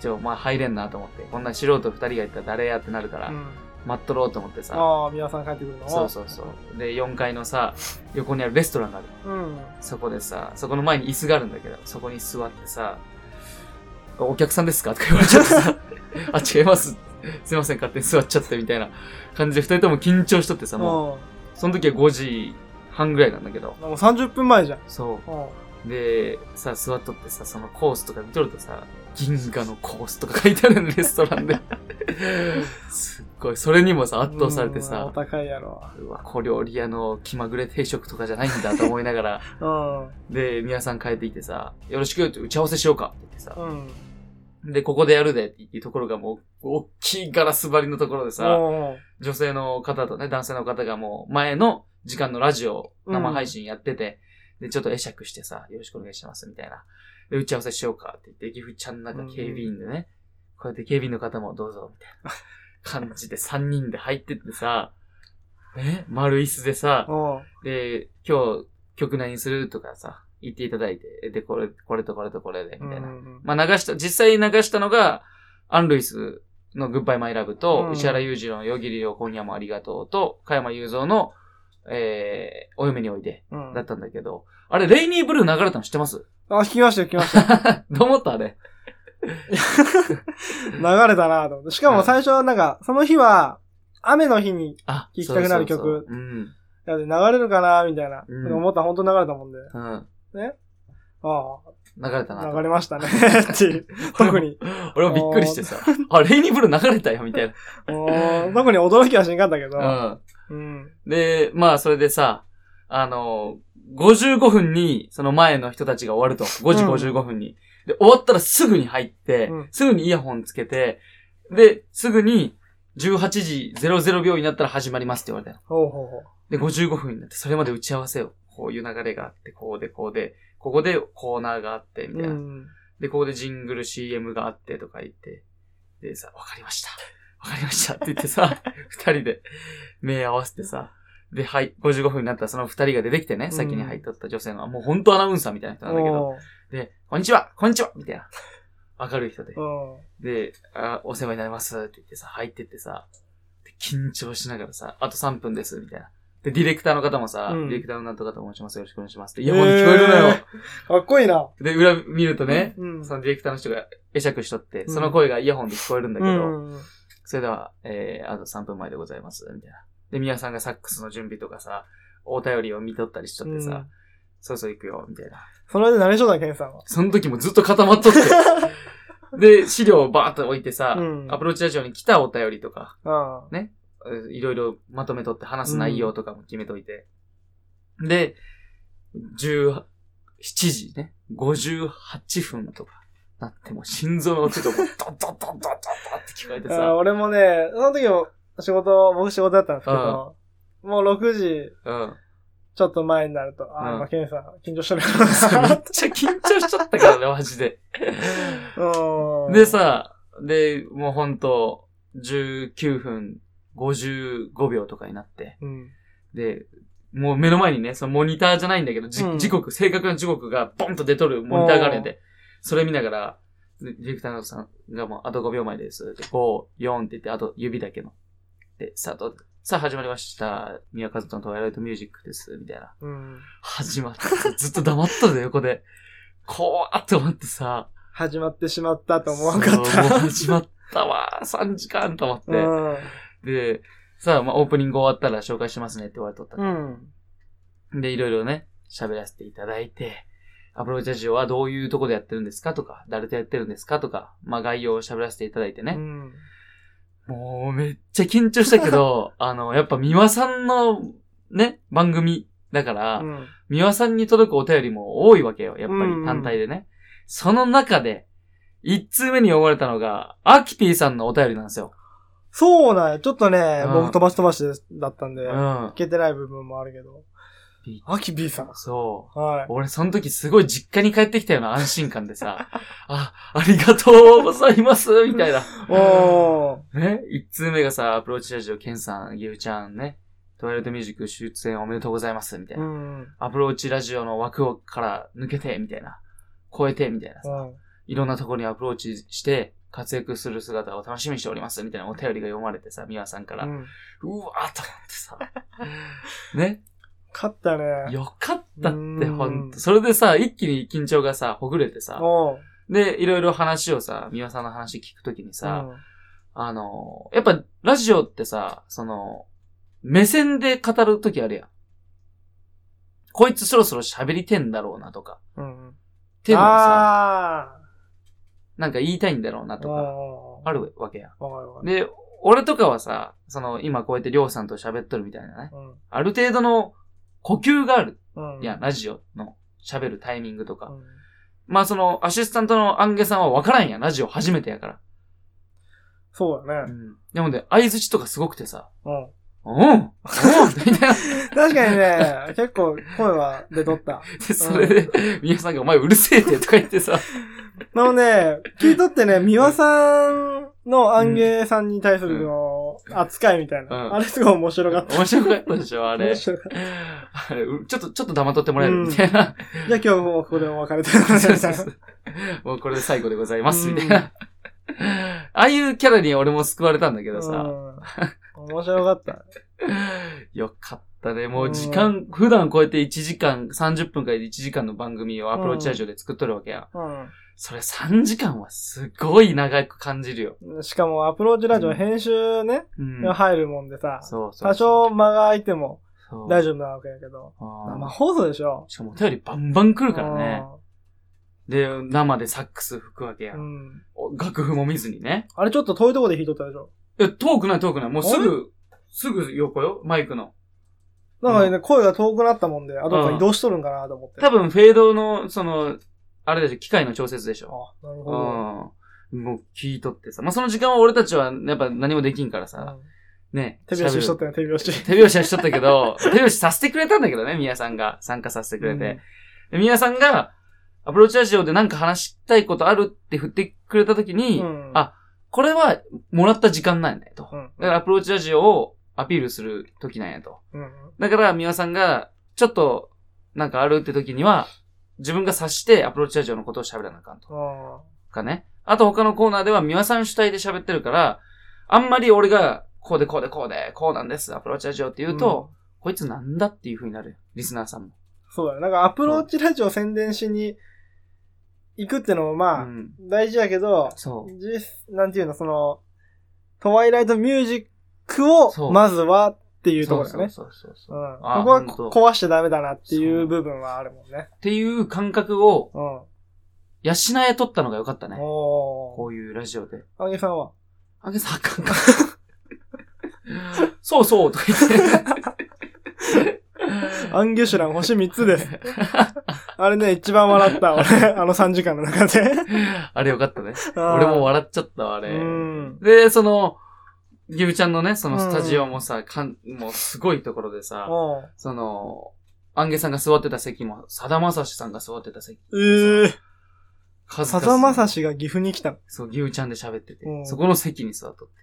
S1: ちょ、まあ、入れんなと思って。こんな素人二人が行ったら誰やってなるから、
S2: うん。
S1: 待っとろうと思ってさ。
S2: ああ、皆さん帰ってくるの
S1: そうそうそう。で、4階のさ、横にあるレストランがある。
S2: う。うん。
S1: そこでさ、そこの前に椅子があるんだけど、そこに座ってさ、お客さんですかとか言われちゃって さ、あ、違います。すいません、勝手に座っちゃってみたいな感じで、二人とも緊張しとってさ、
S2: うん。
S1: もう、
S2: も
S1: その時は5時半ぐらいなんだけど、
S2: う30分前じゃん。
S1: そ
S2: うん。
S1: う。で、さ、座っとってさ、そのコースとか見とるとさ、銀河のコースとか書いてあ るのレストランで。すっごい、それにもさ、圧倒されて
S2: うん
S1: さ
S2: お、高いやろ。
S1: うわ、小料理屋の気まぐれ定食とかじゃないんだと思いながら、
S2: うん。うん。
S1: で、皆さん帰ってきてさ、よろしくって打ち合わせしようかって言ってさ、で、ここでやるでっていうところがもう、大きいガラス張りのところでさ、
S2: うん
S1: 女性の方とね、男性の方がもう、前の時間のラジオ、
S2: うん
S1: 生配信やってて、で、ちょっと会釈してさ、よろしくお願いします、みたいな。で、打ち合わせしようかって言って、岐阜ちゃんなんか警備員でね、こうやって警備員の方もどうぞ、みたいな感じで3人で入ってってさ、ね、丸椅子でさ、
S2: お
S1: で、今日曲何するとかさ、言っていただいて、で、これ、これとこれとこれで、みたいな。まあ流した、実際流したのが、アン・ルイスのグッバイ・マイ・ラブと、
S2: うん
S1: 石原裕次郎のよぎりを今夜もありがとうと、加山雄三の、えー、お嫁においで、
S2: うん
S1: だったんだけど、あれ、レイニー・ブルー流れたの知ってます
S2: あ、聞きましたよ、聞きましたよ。
S1: どう思ったあれ。
S2: 流れたなと思って。しかも最初はなんか、その日は、雨の日に、
S1: あ、
S2: 聞きたくなる曲
S1: そうそうそううん。
S2: いや流れるかなみたいな。
S1: うん
S2: 思ったら本当に流れたもんで。
S1: うん。
S2: あ
S1: 流れた
S2: あ、
S1: な。
S2: 流れましたね。っ ていう。特に。
S1: 俺もびっくりして さ、あ、レイニー・ブルー流れたよ、みたい
S2: もう特に驚きはしんかったけど。
S1: な。うん。
S2: うん。
S1: で、まあ、それでさ、あの、55分に、その前の人たちが終わると。5時55分に。で、終わったらすぐに入って、
S2: うん
S1: すぐにイヤホンつけて、で、すぐに、18時00秒になったら始まりますって言われたの。
S2: ほうほうほう。
S1: で、55分になって、それまで打ち合わせを、こういう流れがあって、こうでこうで、ここでコーナーがあって、みたいな。
S2: うん。
S1: で、ここでジングル CM があってとか言って、でさ、わかりました。わかりましたって言ってさ、 二人で目合わせてさ、で、はい、55分になったらその二人が出てきてね、先に入っとった女性の、もう本当アナウンサーみたいな人なんだけど、
S2: おう
S1: で、こんにちはこんにちはみたいな。明るい人で。
S2: うん。
S1: で、あ、お世話になりますって言ってさ、入ってってさ、で緊張しながらさ、あと3分です、みたいな。で、ディレクターの方もさ、
S2: うん
S1: ディレクターのなんとかと申します。よろしくお願いしますって。いや、もう聞こえるのよ。
S2: かっこいいな。
S1: で、裏見るとね、
S2: うん。
S1: そのディレクターの人が会釈しとって、
S2: うん
S1: その声がイヤホンで聞こえるんだけど、
S2: うん。
S1: それでは、えー、あと3分前でございます、みたいな。で、宮さんがサックスの準備とかさ、お便りを見とったりしとってさ、
S2: うん
S1: そうそう行くよ、みたいな。
S2: それで慣れそうだ、ケン さんは。
S1: その時もずっと固まっ とって。で、資料をバーっと置いてさ、
S2: うん
S1: アプローチラジオに来たお便りとか、
S2: うん。
S1: えーいろいろまとめとって話す内容とかも決めといて。で、17時ね、58分とかなってもう心臓の音がもうドンドンドンドンドンドンって聞こえて
S2: あー
S1: さ、
S2: 俺もね、その時も仕事、僕仕事だったんですけど、もう6時
S1: うん。
S2: ちょっと前になると、あ
S1: う
S2: ー、
S1: ん
S2: まあ、ケンさん、緊張してるか ら
S1: めっちゃ緊張しちゃったからね、マジで。
S2: な。うん
S1: で、さ、で、もうほんと、19分55秒とかになって、
S2: うん。
S1: で、もう目の前にね、そのモニターじゃないんだけど、じ
S2: うん
S1: 時刻、正確な時刻がボンと出とるモニターがあるんやで、それ見ながら、でディレクターのさんがもう、あと5秒前です。で、5、4って言って、あと指だけの。で、さあ、どうさあ始まりました。宮和人のトワイライトミュージックです。みたいな。
S2: うん。
S1: 始まった。 ずっと黙っとるで、横で。こう、あって思ってさ。
S2: 始まってしまったと思わんかっ
S1: そうもう
S2: た。
S1: 始まったわ。3時間と思って。
S2: うん。
S1: で、さあ、まあ、オープニング終わったら紹介しますねって言われとったから
S2: うん。
S1: で、いろいろね、喋らせていただいて、アプローチラジオはどういうとこでやってるんですかとか、誰とやってるんですかとか、まあ概要を喋らせていただいて
S2: う
S1: ね。
S2: ん。
S1: もうめっちゃ緊張したけ ど、あの、やっぱ美輪さんのね、番組だから、
S2: うん
S1: 美輪さんに届くお便りも多いわけよ。やっぱ
S2: うんうん
S1: り単体でね。その中で、一通目に読まれたのが、アキピーさんのお便りなんですよ。
S2: そうなんや。ちょっとね、
S1: うん
S2: 僕飛ばし飛ばしだったんで、
S1: う
S2: 聞
S1: ん。
S2: けてない部分もあるけど
S1: び。
S2: アキビーさん。
S1: そう。
S2: はい。
S1: 俺、その時すごい実家に帰ってきたような安心感でさ、 あ、ありがとうございますみたいな。
S2: おー。
S1: ね、一通目がさ、アプローチラジオ、ケンさん、ゆうちゃんね、トワイライトミュージック出演おめでとうございますみたいうな。
S2: ん。うん。
S1: アプローチラジオの枠をから抜けて、みたいな。超えて、みたいなさ。いろんなところにアプローチして、活躍する姿を楽しみにしておりますみたいなお便りが読まれてさ、ミワさんから。う
S2: うん
S1: わーと思ってさ。ね。
S2: 勝ったね。
S1: よかったっ
S2: う
S1: て、
S2: ん
S1: ほんと。それでさ、一気に緊張がさ、ほぐれてさ。
S2: おー。
S1: で、いろいろ話をさ、三輪さんの話聞くときにさ、
S2: うん
S1: あの、やっぱラジオってさ、その、目線で語るときあるやん。こいつそろそろ喋りてんだろうなとか、
S2: うんうん。
S1: っていうのをさ、
S2: あ
S1: なんか言いたいんだろうな
S2: ー
S1: とか、
S2: おー
S1: あるわけやん。
S2: わかるわかる。
S1: で、俺とかはさ、その、今こうやってりょうさんと喋っとるみたいなね、ある程度の呼吸がある
S2: うん。うん。
S1: やん、ラジオの喋るタイミングとか。
S2: うん
S1: まあその、アシスタントのアンゲさんはわからんやん、ラジオ初めてやから。
S2: そうだね。
S1: でもね、相槌とかすごくてさ、
S2: うん。
S1: うん うんみたいな。
S2: 確かにね、 結構声は出とった。
S1: で、それで、宮さんがお前うるせえってとか言ってさ、
S2: なので、聞いとってね、美輪さんのアンゲーさんに対するの扱いみたいな。
S1: うん
S2: あれすごい面白かった。
S1: 面白かったでしょ、あれ
S2: 面。白かっ
S1: あれうちょっと、ちょっと黙っとってもらえるみたいな。
S2: た。じゃあ今日もうここでお別れということで
S1: そうそう そうもうこれで最後でございます、みたいな。ああいうキャラに俺も救われたんだけどさ、
S2: うん面白かった。
S1: よかったね。もう時間、普段こうやって1時間、30分から1時間の番組をアプローチラジオで作っとるわけや。それ3時間はすごい長く感じるよ。
S2: うん。しかもアプローチラジオ編集ね、
S1: うん。
S2: 入るもんでさ、
S1: そうそう
S2: 多
S1: そう。
S2: 少間が空いても
S1: そう
S2: 大丈夫なわけやけど。
S1: あー
S2: 生放送でしょ。
S1: しかもお便りバンバン来るからね。で、生でサックス吹くわけや
S2: う。ん。
S1: お楽譜も見ずにね。
S2: あれちょっと遠いとこで弾いとったでしょ。
S1: え、遠くない遠くない。もうすぐ、すぐ横よ、マイクの。
S2: なんかね、声が遠くなったもんで、あ、どっか移動しとるんかなと思って。
S1: 多分フェードの、その、あれでしょ、機械の調節でしょ。
S2: あ、なる
S1: う
S2: ほ
S1: ん
S2: ど。。
S1: もう聞いとってさ。まあ、その時間は俺たちは、やっぱ何もできんから
S2: う
S1: さ。
S2: ん
S1: ね。
S2: 手拍子しとっ
S1: 喋る
S2: たよ、手拍子。
S1: 手拍子はしとったけ ど、手拍子させてくれたんだけどね、宮さんが。参加させてくれて。で宮さんが、アプローチラジオでなんか話したいことあるって振ってくれた時
S2: う
S1: に、
S2: ん。
S1: あこれはもらった時間なんやね、と。
S2: う
S1: だ
S2: ん。
S1: からアプローチラジオをアピールする時なんやと。
S2: うん。
S1: だから、美輪さんが、ちょっと、なんかあるって時には、自分が察してアプローチラジオのことを喋らなあかんと
S2: あ
S1: かね。あと他のコーナーでは美輪さん主体で喋ってるから、あんまり俺が、こうでこうでこうで、こうなんです、アプローチラジオって
S2: ー
S1: 言うと、、こいつなんだっていう風になるよ。リスナーさんも。
S2: うんそうだよ。なんかアプローチラジオ宣伝しに行くってのも
S1: う
S2: まあ、
S1: ん。
S2: 大事やけど、
S1: そう。
S2: 実、なんていうの、その、トワイライトミュージックを、まずはっていうところだよね。
S1: そうそうそうそうう。
S2: ん。ここ
S1: あ
S2: は
S1: ほんと
S2: 壊しちゃダメだなっていう部分はあるもんね。
S1: っていう感覚を
S2: う
S1: 養えとったのが良かった
S2: ん。
S1: ね。こ
S2: お
S1: ういうラジオで。
S2: ー。あげさんは
S1: あげさんあかんか。 そうそうと か言って。
S2: アンギュシュラン星3つです。 あれね、一番笑った、俺。 あの3時間の 中で。
S1: あれよかったね。俺も
S2: っ
S1: 笑っちゃったわ、あ
S2: た
S1: れ
S2: う。ん。
S1: で、その、ゆうちゃんのね、そのスタジオもさ、かん、もうすごいところでさ、
S2: おう
S1: その、アンゲさんが座ってた席も、さだまさしさんが座ってた席。
S2: ええ
S1: 数
S2: さ
S1: 々
S2: だまさしが岐阜に来たの。
S1: そう、ぎゅうちゃんで喋ってて
S2: う、ん
S1: そこの席に座っとって。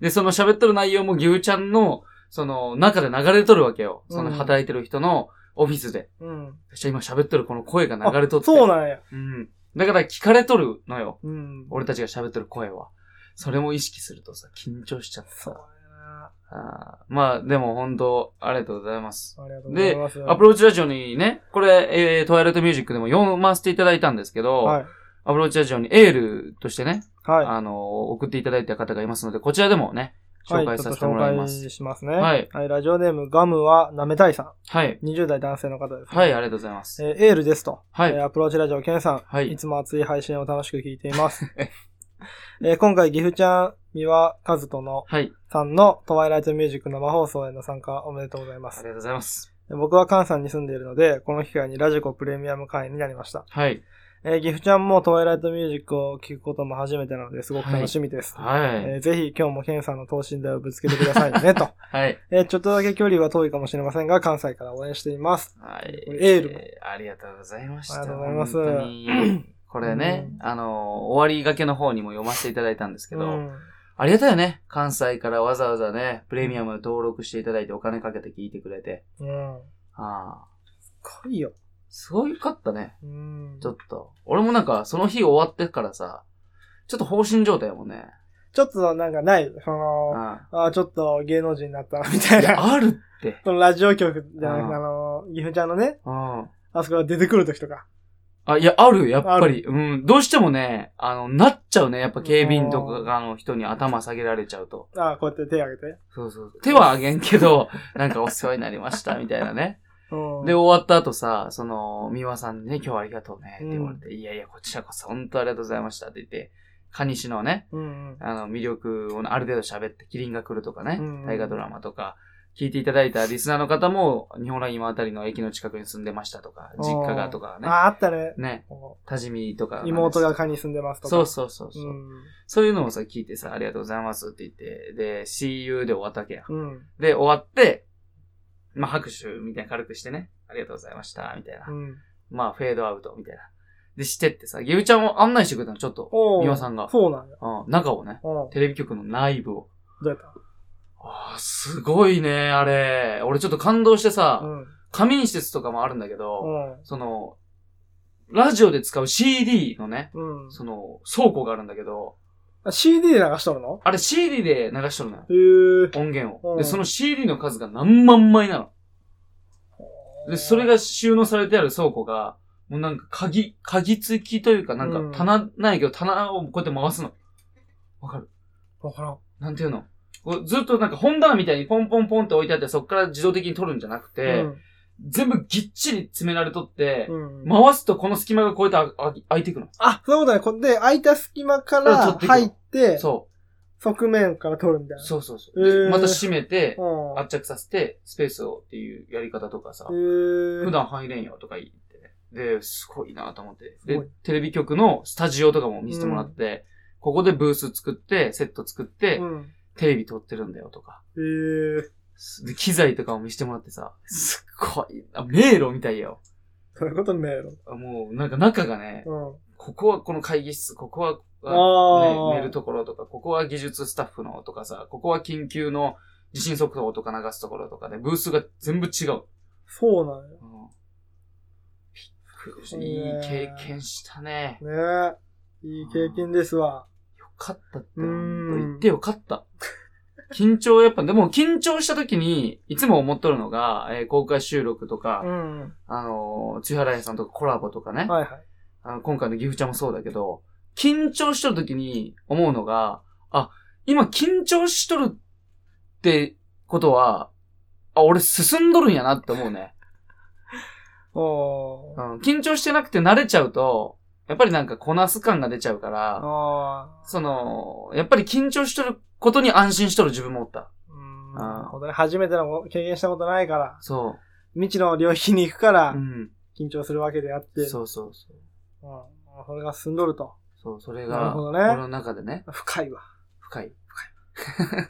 S1: で、その喋っとる内容もぎゅうちゃんの、その、中で流れとるわけよ。その
S2: うん
S1: 働いてる人のオフィスで。
S2: うん。
S1: そして今喋っとるこの声が流れとって。
S2: そうなんや。
S1: うん。だから聞かれとるのよ。
S2: うん。
S1: 俺たちが喋ってる声は。それも意識するとさ、緊張しちゃって
S2: そう
S1: さ。
S2: やな。
S1: あーまあ、でも本当、ありがとうございます。
S2: ありがとうございます。
S1: アプローチラジオにね、これ、えー、トワイライトミュージックでも読ませていただいたんですけど、
S2: はい。
S1: アプローチラジオにエールとしてね、
S2: はい。
S1: あのー、送っていただいた方がいますので、こちらでもね、紹介させてもらいま
S2: はちょっと
S1: す
S2: 紹介。しますね。
S1: はい
S2: ラジオネームガムはなめたいさ
S1: はい。
S2: ん。20代男性の方です。。
S1: はいい、ありがとうございます。
S2: えーエールですと。
S1: は
S2: え
S1: い。
S2: ーアプローチラジオケンさん。
S1: はい
S2: いつも熱い配信を楽しく聞いて います。えー今回、岐阜ちゃん、三輪和人の
S1: はい。
S2: さんのトワイライトミュージック生放送への参加おめでとうございま
S1: あり
S2: す。
S1: がとうございます。
S2: 僕は関西に住んでいるので、この機会にラジコプレミアム会員になりました。
S1: はい。
S2: えー、岐阜ちゃんもトワイライトミュージックを聞くことも初めてなのですごく楽しみです。
S1: はい。
S2: えーぜひ今日もケンさんの等身大をぶつけてください ね、と。
S1: はい。
S2: えーちょっとだけ距離は遠いかもしれませんが、関西から応援しています。
S1: はい。
S2: これエールも
S1: えーありがとうございました。
S2: ありがとうございます
S1: 本当に。これね、
S2: う
S1: あのー、終わりがけの方にも読ませていただいたんですけど、
S2: うん
S1: ありがたいよね。関西からわざわざね、プレミアム登録していただいてお金かけて聞いてくれて。
S2: うん。
S1: ああ、
S2: 来いよ。
S1: すごいかったね。
S2: うん
S1: ちょっと。俺もなんか、その日終わってからさ、ちょっと放心状態やもんね。
S2: ちょっとなんかない、その、
S1: あ
S2: あーちょっと芸能人になったな、みたい
S1: い や、
S2: な。
S1: あるって。
S2: そのラジオ局じゃなく
S1: うん
S2: て、あの、岐阜ちゃんのね、
S1: うん。
S2: あそこが出てくる時とか。
S1: あ、いや、ある、やっぱり。うん。どうしてもね、あの、なっちゃうね。やっぱ警備員とかがの人に頭下げられちゃうと。
S2: あーこうやって手挙げて。
S1: そうそう。手はあげんけど、 なんかお世話になりました、みたいなね。
S2: うん
S1: で、終わった後さ、その、美輪さんにね、今日はありがとうね、って言われて、いやいや、こちらこそ、本当ありがとうございました、って言って、蟹市のね、
S2: うんうん。
S1: あの、魅力をある程度喋って、キリンが来るとかね、
S2: うん
S1: 大河ドラマとか、聞いていただいたリスナーの方も、日本ラインあたりの駅の近くに住んでましたとか、
S2: おー
S1: 実家がとかね。
S2: あ、あったね。
S1: ね。多治見とか。
S2: 妹が。蚊に住んでますとか。
S1: そうそうそうそう。
S2: うん。
S1: そういうのをさ、聞いてさ、ありがとうございますって言って、で、See you で終わったわけや。
S2: うん。
S1: で、終わって、まあ、拍手みたいな軽くしてね、ありがとうございました、みたいな。
S2: うん。
S1: まあ、フェードアウト、みたいな。で、してってさ、ゆうちゃんを案内してくれたの、ちょっと。
S2: おー
S1: 美輪さんが
S2: そうなんや。
S1: うん、中をね、
S2: うん。ど
S1: テレビ局の内部を。
S2: うやった
S1: ああ、すごいね、あれ。俺ちょっと感動してさ、
S2: うん。
S1: 仮眠室とかもあるんだけど、
S2: うん。
S1: その、ラジオで使う CD のね、
S2: うん
S1: その、倉庫があるんだけど、
S2: あ。CD で流しとるの
S1: あれ CD で流しとるのよ。
S2: へー
S1: 音源を。
S2: うん
S1: で、その CD の数が何万枚なの。で、それが収納されてある倉庫が、もうなんか鍵、鍵付きというか、なん
S2: うん
S1: か棚、ないけど棚をこうやって回すの。わかる
S2: わからん。
S1: なんていうのこうずっとなんか本棚みたいにポンポンポンって置いてあって、そっから自動的に取るんじゃなくて、全部ぎっちり詰められとって
S2: う、ん。うん。
S1: 回すとこの隙間がこうやってああ開いていくの。
S2: あ、そういうことね。こで、空いた隙間から
S1: うん取
S2: 入
S1: っ
S2: って、
S1: そう。
S2: 側面から取るみたいな。
S1: そうそうそう。で
S2: へー
S1: また閉めて、
S2: うん。
S1: 圧着させて、スペースをっていうやり方とかさ、
S2: へー
S1: 普段入れんよとか言ってね。で、すごいなと思って。
S2: す
S1: で
S2: ごい、
S1: テレビ局のスタジオとかも見せてもらって、ここでブース作って、セット作って、
S2: うん。
S1: テレビ撮ってるんだよとか。
S2: えー、
S1: すで機材とかも見せてもらってさ、すっごいな、迷路みたいよ。
S2: そういうことねえの。
S1: もう、なんか中がね、
S2: うん。
S1: ここはこの会議室、ここは、
S2: あー
S1: ね、寝るところとか、ここは技術スタッフのとかさ、ここは緊急の地震速報とか流すところとかで、ブースが全部違う。
S2: そうなん
S1: うんびっくりし
S2: へ
S1: た
S2: ー
S1: いい経験したね。
S2: や。ねえ。いい経験ですわ。
S1: よかったって、
S2: うーん
S1: ほんと言ってよかった。緊張やっぱ、でも緊張した時に、いつも思っとるのが、えー公開収録とか、
S2: うん。は
S1: あのー、千原屋さんとかコラボとかね、
S2: いはい。
S1: あの、今回のギフちゃんもそうだけど、緊張しとる時に思うのが、あ、今緊張しとるってことは、あ、俺進んどるんやなって思うね。
S2: お
S1: う
S2: ー。
S1: ん、緊張してなくて慣れちゃうと、やっぱりなんかこなす感が出ちゃうから、
S2: あ
S1: その、やっぱり緊張しとることに安心しとる自分もおった。
S2: ー。うん。
S1: あー
S2: なるほどね。初めての経験したことないから、
S1: そ
S2: 未知の領域に行くか
S1: う。
S2: ら
S1: う、ん。
S2: 緊張するわけであって、
S1: そうそうそう。
S2: うん。それが進んどると。
S1: そう、それ
S2: なる
S1: が、
S2: ほどね
S1: 俺の中でね、
S2: 深いわ。
S1: 深い。深い。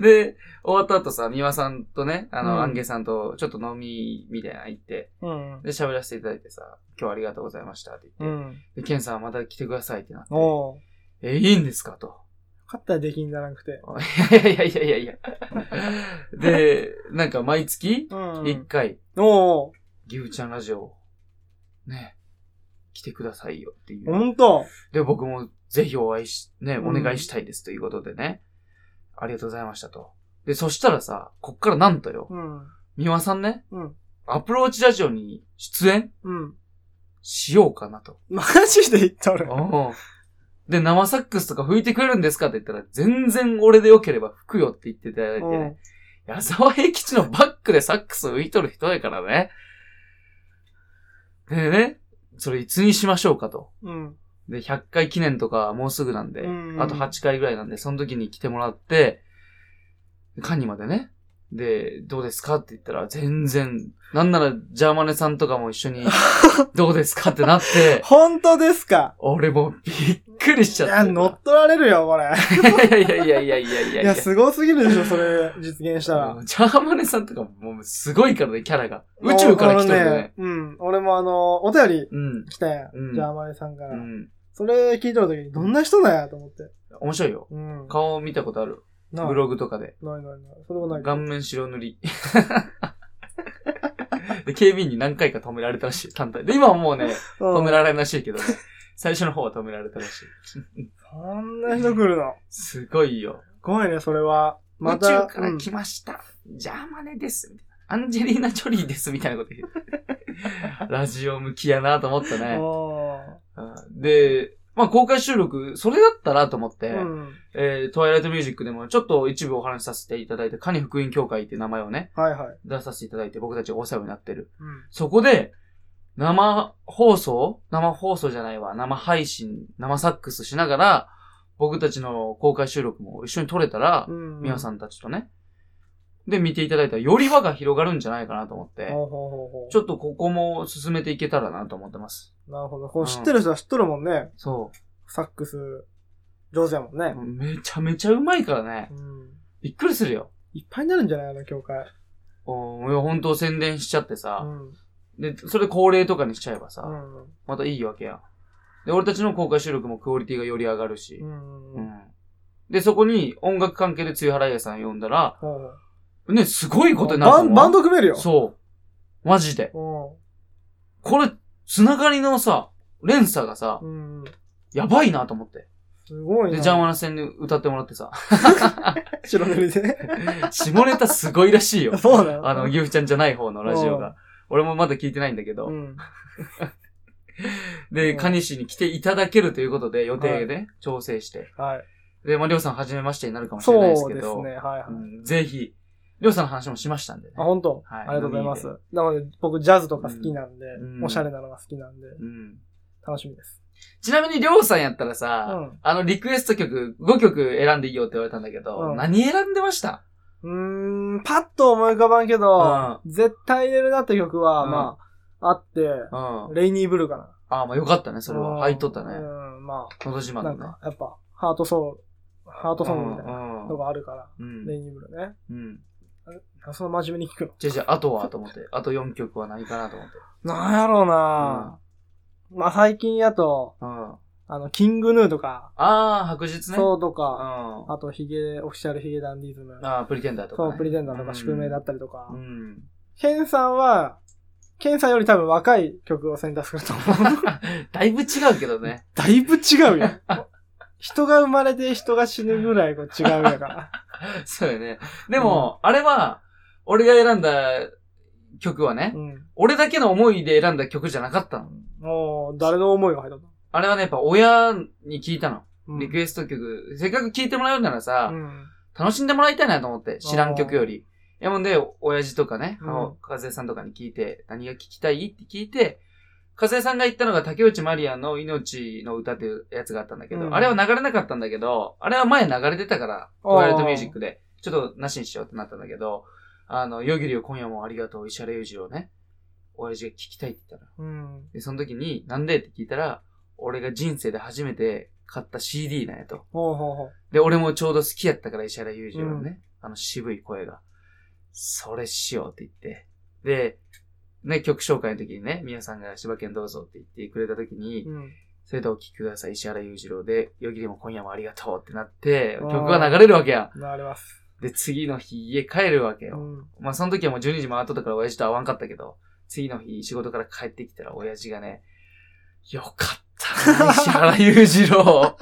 S1: で、終わった後さ、美輪さんとね、あ
S2: うん
S1: の、アンゲさんとちょっと飲みみたいなの行って、
S2: うん。
S1: で、喋らせていただいてさ、今日はありがとうございましたって
S2: う
S1: 言って、
S2: ん。
S1: で、ケンさんまた来てくださいってなって、
S2: おー。よ
S1: え、いいんですかと。
S2: かったらできんじゃなくて。
S1: いやいやいやいやいや。で、なんか毎月、
S2: うん。
S1: 一回、
S2: おー。
S1: ギフちゃんラジオ、ね、来てくださいよっていう。
S2: ほんと
S1: で、僕もぜひお会いし、ね、
S2: う
S1: お
S2: ん
S1: 願いしたいですということでね。ありがとうございましたと。で、そしたらさ、こっからなんとよ、
S2: うん。
S1: 美輪さんね、
S2: うん。
S1: アプローチラジオに出演
S2: うん。
S1: しようかなと。
S2: マジで言っとる。
S1: おうで、生サックスとか吹いてくれるんですかって言ったら、全然俺でよければ吹くよって言っていただいてね。矢沢永吉のバックでサックス浮いとる人やからね。でね、それいつにしましょうかと。
S2: うん。
S1: で、100回記念とかもうすぐなんで、
S2: うん
S1: あと8回ぐらいなんで、その時に来てもらって、カニまでね。で、どうですかって言ったら、全然、なんならジャーマネさんとかも一緒 に、どうですかってなって、
S2: ほんとですか
S1: 俺もびっくりし
S2: い
S1: ちゃ
S2: や、
S1: って。
S2: 乗っ取られるよ、これ。
S1: いやいやいやいやいやいや
S2: いや、すごすぎるでしょ、それ、実現したら。
S1: ジャーマネさんとかもうすごいからね、キャラが。宇宙から来てる
S2: あ
S1: よ
S2: の
S1: ね。。
S2: うん。俺もあの、お便り
S1: うん。
S2: 来たや
S1: うん
S2: ん。じゃあ、まりさんから
S1: う。ん。
S2: それ聞いとるときに、どんな人なんやと思って。
S1: 面白いよ。
S2: うん。
S1: 顔見たことある。
S2: ない
S1: ブログとかで。
S2: ないないない。それもない。
S1: 顔面白塗り。 で、警備員に何回か止められたらしい、単体で。今はもうね、止めら
S2: れ
S1: れないらしいけどね。最初の方は止められたらしい。
S2: そんな人来るの。
S1: すごいよ。
S2: すごいね、それは。ま
S1: 宇
S2: た、
S1: 宙から来ました。ジャーマネです。みたいなアンジェリーナ・ジョリーです。みたいなこと言 う。ラジオ向きやなと思った
S2: うん
S1: ね。
S2: お
S1: うんで、まあ公開収録、それだったらと思って、
S2: ーうん。
S1: えートワイライトミュージックでもちょっと一部お話しさせていただいて、カニ福音協会っていう名前をね、
S2: はいはい。
S1: 出させていただいて、僕たちがお世話になってる。
S2: うん
S1: そこで、生放送生放送じゃないわ。生配信、生サックスしながら、僕たちの公開収録も一緒に撮れたら、
S2: うん。
S1: みやさ
S2: ん。
S1: んたちとね、で見ていただいたら、より輪が広がるんじゃないかなと思って、
S2: ほうほうほうほう
S1: ちょっとここも進めていけたらなと思ってます。
S2: なるほど。こう知ってる人は知っとるもんね。
S1: そ
S2: サックス、上手やもん
S1: う。
S2: ね。
S1: めちゃめちゃうまいからね
S2: う。ん。
S1: びっくりするよ。
S2: いっぱいになるんじゃないあの教会。
S1: おーいや本当宣伝しちゃって
S2: う
S1: さ、
S2: ん。
S1: で、それ恒例とかにしちゃえばさ、
S2: うん。うん
S1: またいいわけやん。で、俺たちの公開収録もクオリティがより上がるし
S2: う。ん。
S1: う
S2: うん。
S1: ん。で、そこに音楽関係で露原家さん呼んだら、
S2: ほうほう
S1: ね、すごいことになると
S2: バ
S1: 思
S2: ン
S1: う。
S2: バンド組めるよ。
S1: そう。マジで。これ、つながりのさ、連鎖がさ
S2: う。、ん。うん。
S1: やばいなと思って。
S2: すごい
S1: で、
S2: な。
S1: ジャーマナ戦で歌ってもらってさ、
S2: 白塗りで。。
S1: 下ネタすごいらしいよ
S2: そうなの
S1: あの、、ゆうちゃんじゃない方のラジオが。俺もまだ聞いてないんだけど。
S2: うん。う
S1: で、
S2: ん
S1: カニシに来ていただけるということで、予定で、調整して。
S2: はい。
S1: で、まあ、りょうさんはじめましてになるかもしれないです
S2: そう
S1: け
S2: で
S1: ど。
S2: すね。はいはい。
S1: うんぜひ、りょうさんの話もしましたんでね。
S2: あ、本当、
S1: はい
S2: ありがとうございます
S1: 飲。
S2: なので、僕、ジャズとか好きなんで、
S1: うん
S2: おしゃれなのが好きなんで、
S1: うん、
S2: 楽しみです。
S1: ちなみにりょうさんやったら
S2: う
S1: さ、
S2: ん。
S1: あの、リクエスト曲、5曲選んでいいよって言われたんだけど、
S2: うん
S1: 何選んでました
S2: うーん、パッと思い浮かばんけど、絶対入れるなって曲は、
S1: うん
S2: まあ、あって、
S1: うん。あ
S2: レイニーブルーかな。
S1: あ、まあよかったね、それ
S2: うん
S1: は。入っとったね。
S2: うん、ま
S1: のど自
S2: あ、
S1: 慢
S2: な
S1: の
S2: ん
S1: ね。
S2: か、やっぱ、ハートソウル、ハートソングみたいな
S1: うん
S2: のがあるから、
S1: うん。
S2: レイニーブルーね。
S1: うん。
S2: その真面目に聞くの。
S1: じゃあじゃあ、あとはと思って。あと4曲は何かなと思って。
S2: なんやろうな、まあ、最近やと、
S1: うん。あ
S2: あの、キングヌーとか、
S1: あー、白日ね。う。
S2: そうと
S1: ん。
S2: か、
S1: あ
S2: あと、ヒゲ、オフィシャルヒゲダンディズム。
S1: あー、プリテンダーとか、
S2: そ
S1: ね。
S2: う、プリテンダーと
S1: う
S2: か
S1: ん
S2: 宿命だったりとか
S1: う。ん。
S2: ケンさんは、ケンさんより多分若い曲を選択すると 思う。
S1: だいぶ違うけどね。
S2: だいぶ違うよ。人が生まれて人が死ぬぐらいこう違う やから。
S1: そうよね。でも、あれは、俺が選んだ曲はね、
S2: うん。
S1: 俺だけの思いで選んだ曲じゃなかったの。
S2: もう、誰の思いが入ったの
S1: あれはね、やっぱ親に聞いたの。
S2: うん
S1: リクエスト曲。せっかく聴いてもらうならさ、
S2: うん。
S1: 楽しんでもらいたいなと思って、知らん曲より。いやもんで、親父とかね、
S2: うん
S1: あの風さんとかに聞いて、何が聞きたいって聞いて、風さんが言ったのが竹内まりやの命の歌っていうやつがあったんだけど、
S2: うん
S1: あれは流れなかったんだけど、あれは前流れてたから、
S2: あ
S1: ト
S2: ー
S1: ワイライトミュージックで、ちょっとなしにしようってなったんだけど、あの、夜霧よ今夜もありがとう、石原裕次郎ね、親父が聞きたいって言ったら、
S2: うん。
S1: で、その時に、なんでって聞いたら、俺が人生で初めて買った CD なんやと。
S2: ほうほうほう。
S1: で、俺もちょうど好きやったから、石原裕次郎のね、あの渋い声が。それしようって言って。で、ね、曲紹介の時にね、宮さんが柴犬どうぞって言ってくれた時に、
S2: うん。
S1: それでお聴きください、石原裕次郎で、よぎりも今夜もありがとうってなって、
S2: うん
S1: 曲が流れるわけや。
S2: なります。
S1: で、次の日家帰るわけ
S2: う
S1: よ。
S2: ん。
S1: まあ、その時はもう12時回っとったから親父と会わんかったけど、次の日仕事から帰ってきたら親父がね、よかった な、石原裕次郎。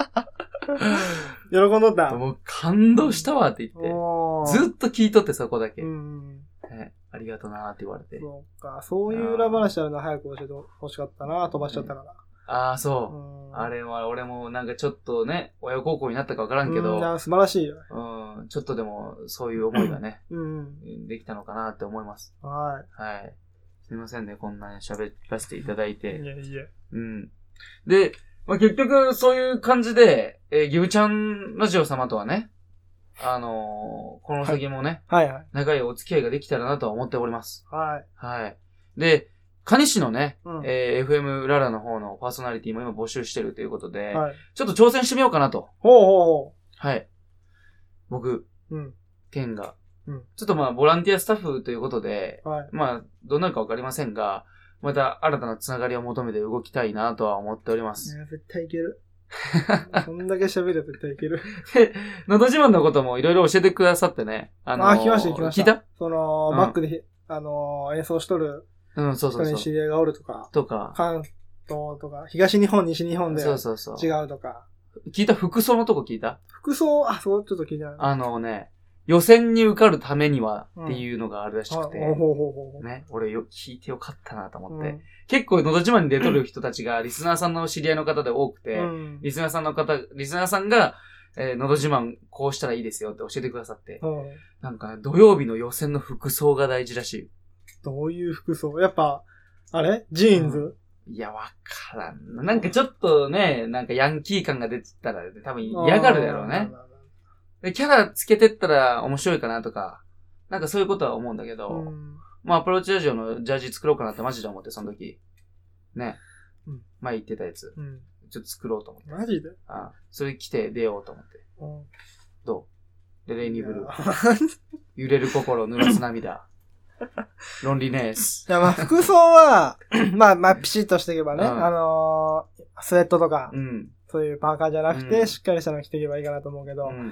S2: 喜んどった。
S1: もう感動したわって言って。
S2: おー
S1: ずっと聞いとってそこだけ。
S2: うん。
S1: ねありがとなーって言われて。
S2: そうか。そういう裏話あるの早く教えてほしかったな。飛ばしちゃったから。
S1: ああ、そう。
S2: うん
S1: あれは俺もなんかちょっとね、親孝行になったかわからんけ
S2: うん
S1: ど、
S2: いや素晴らしいよ。
S1: うん、ちょっとでもそういう思いがね、
S2: うん。
S1: できたのかなって思います。
S2: は
S1: はい。すいませんね、こんなに喋らせていただい
S2: い。い
S1: て。
S2: やいや。
S1: うん。で、まあ、結局そういう感じで、えー、ギブちゃんラジオ様とはね、あのーこの先もね、
S2: はいはい。
S1: 長いお付き合いができたらなとは思っております。
S2: はい。
S1: はい。で、蟹市のね、
S2: うん。
S1: えー FM うららの方のパーソナリティも今募集してるということで、
S2: はい。
S1: ちょっと挑戦してみようかなと。
S2: ほうほうほ
S1: はい。僕、
S2: う。うん。
S1: ケンが、
S2: うん
S1: ちょっとまあ、ボランティアスタッフということで、
S2: はい。
S1: まあ、どうなるかわかりませんが、また新たなつながりを求めて動きたいなとは思っております。
S2: 絶対い ける。こんだけ喋れば絶対いける。
S1: のど自慢のこともいろいろ教えてくださってね。あ
S2: あ、来ました、来ました。
S1: 聞い
S2: その、
S1: うん
S2: バックでひ、あのー、演奏しとる
S1: たうん、そうそ
S2: 人
S1: う
S2: に
S1: そ
S2: 知
S1: う。
S2: り合いがおるとか、
S1: とか、
S2: 関東とか、東日本、西日本で違
S1: そう
S2: う
S1: そうそう。
S2: とか。
S1: 聞いた服装のとこ聞いた
S2: 服装、あ、そう、ちょっと聞いてない。
S1: あのね、予選に受かるためにはっていうのがあるらしくて。
S2: ほうほうほうほうほう。
S1: ね、俺よ、聞いてよかったなと思っ
S2: う
S1: て。
S2: ん
S1: 結構、のど自慢に出とる人たち が、リスナーさんの知り合いの方で多くて、
S2: うん。
S1: リスナーさんの方、リスナーさんが、えーのど自慢、こうしたらいいですよって教えてくださって。
S2: うん
S1: なんかね、土曜日の予選の服装が大事らし
S2: どういう服装やっぱ、あれジーンズ
S1: い。いや、わからんな。なんかちょっとね、なんかヤンキー感が出てたら、多分嫌がるだろうね。。で、キャラつけてったら面白いかなとか、なんかそういうことは思うんだけど、
S2: うん
S1: まあ、アプローチラジオのジャージ作ろうかなってマジで思って、その時。ね。
S2: うん
S1: 前言ってたやつ。
S2: うん。
S1: ちょっと作ろうと思って。
S2: マジで
S1: あそれ着て出ようと思って。
S2: うん
S1: どうレレイニブルー。
S2: い
S1: 揺れる心を濡らす 涙。ロンリネース。
S2: や、まあ、服 装は、まあ、まあ、ピシッとしていけばね、
S1: うん
S2: あのースウェットとか、
S1: うん。
S2: そういうパーカーじゃなくて、
S1: うん
S2: しっかりしたの着ていけばいいかなと思うけど、
S1: う
S2: やっ
S1: ん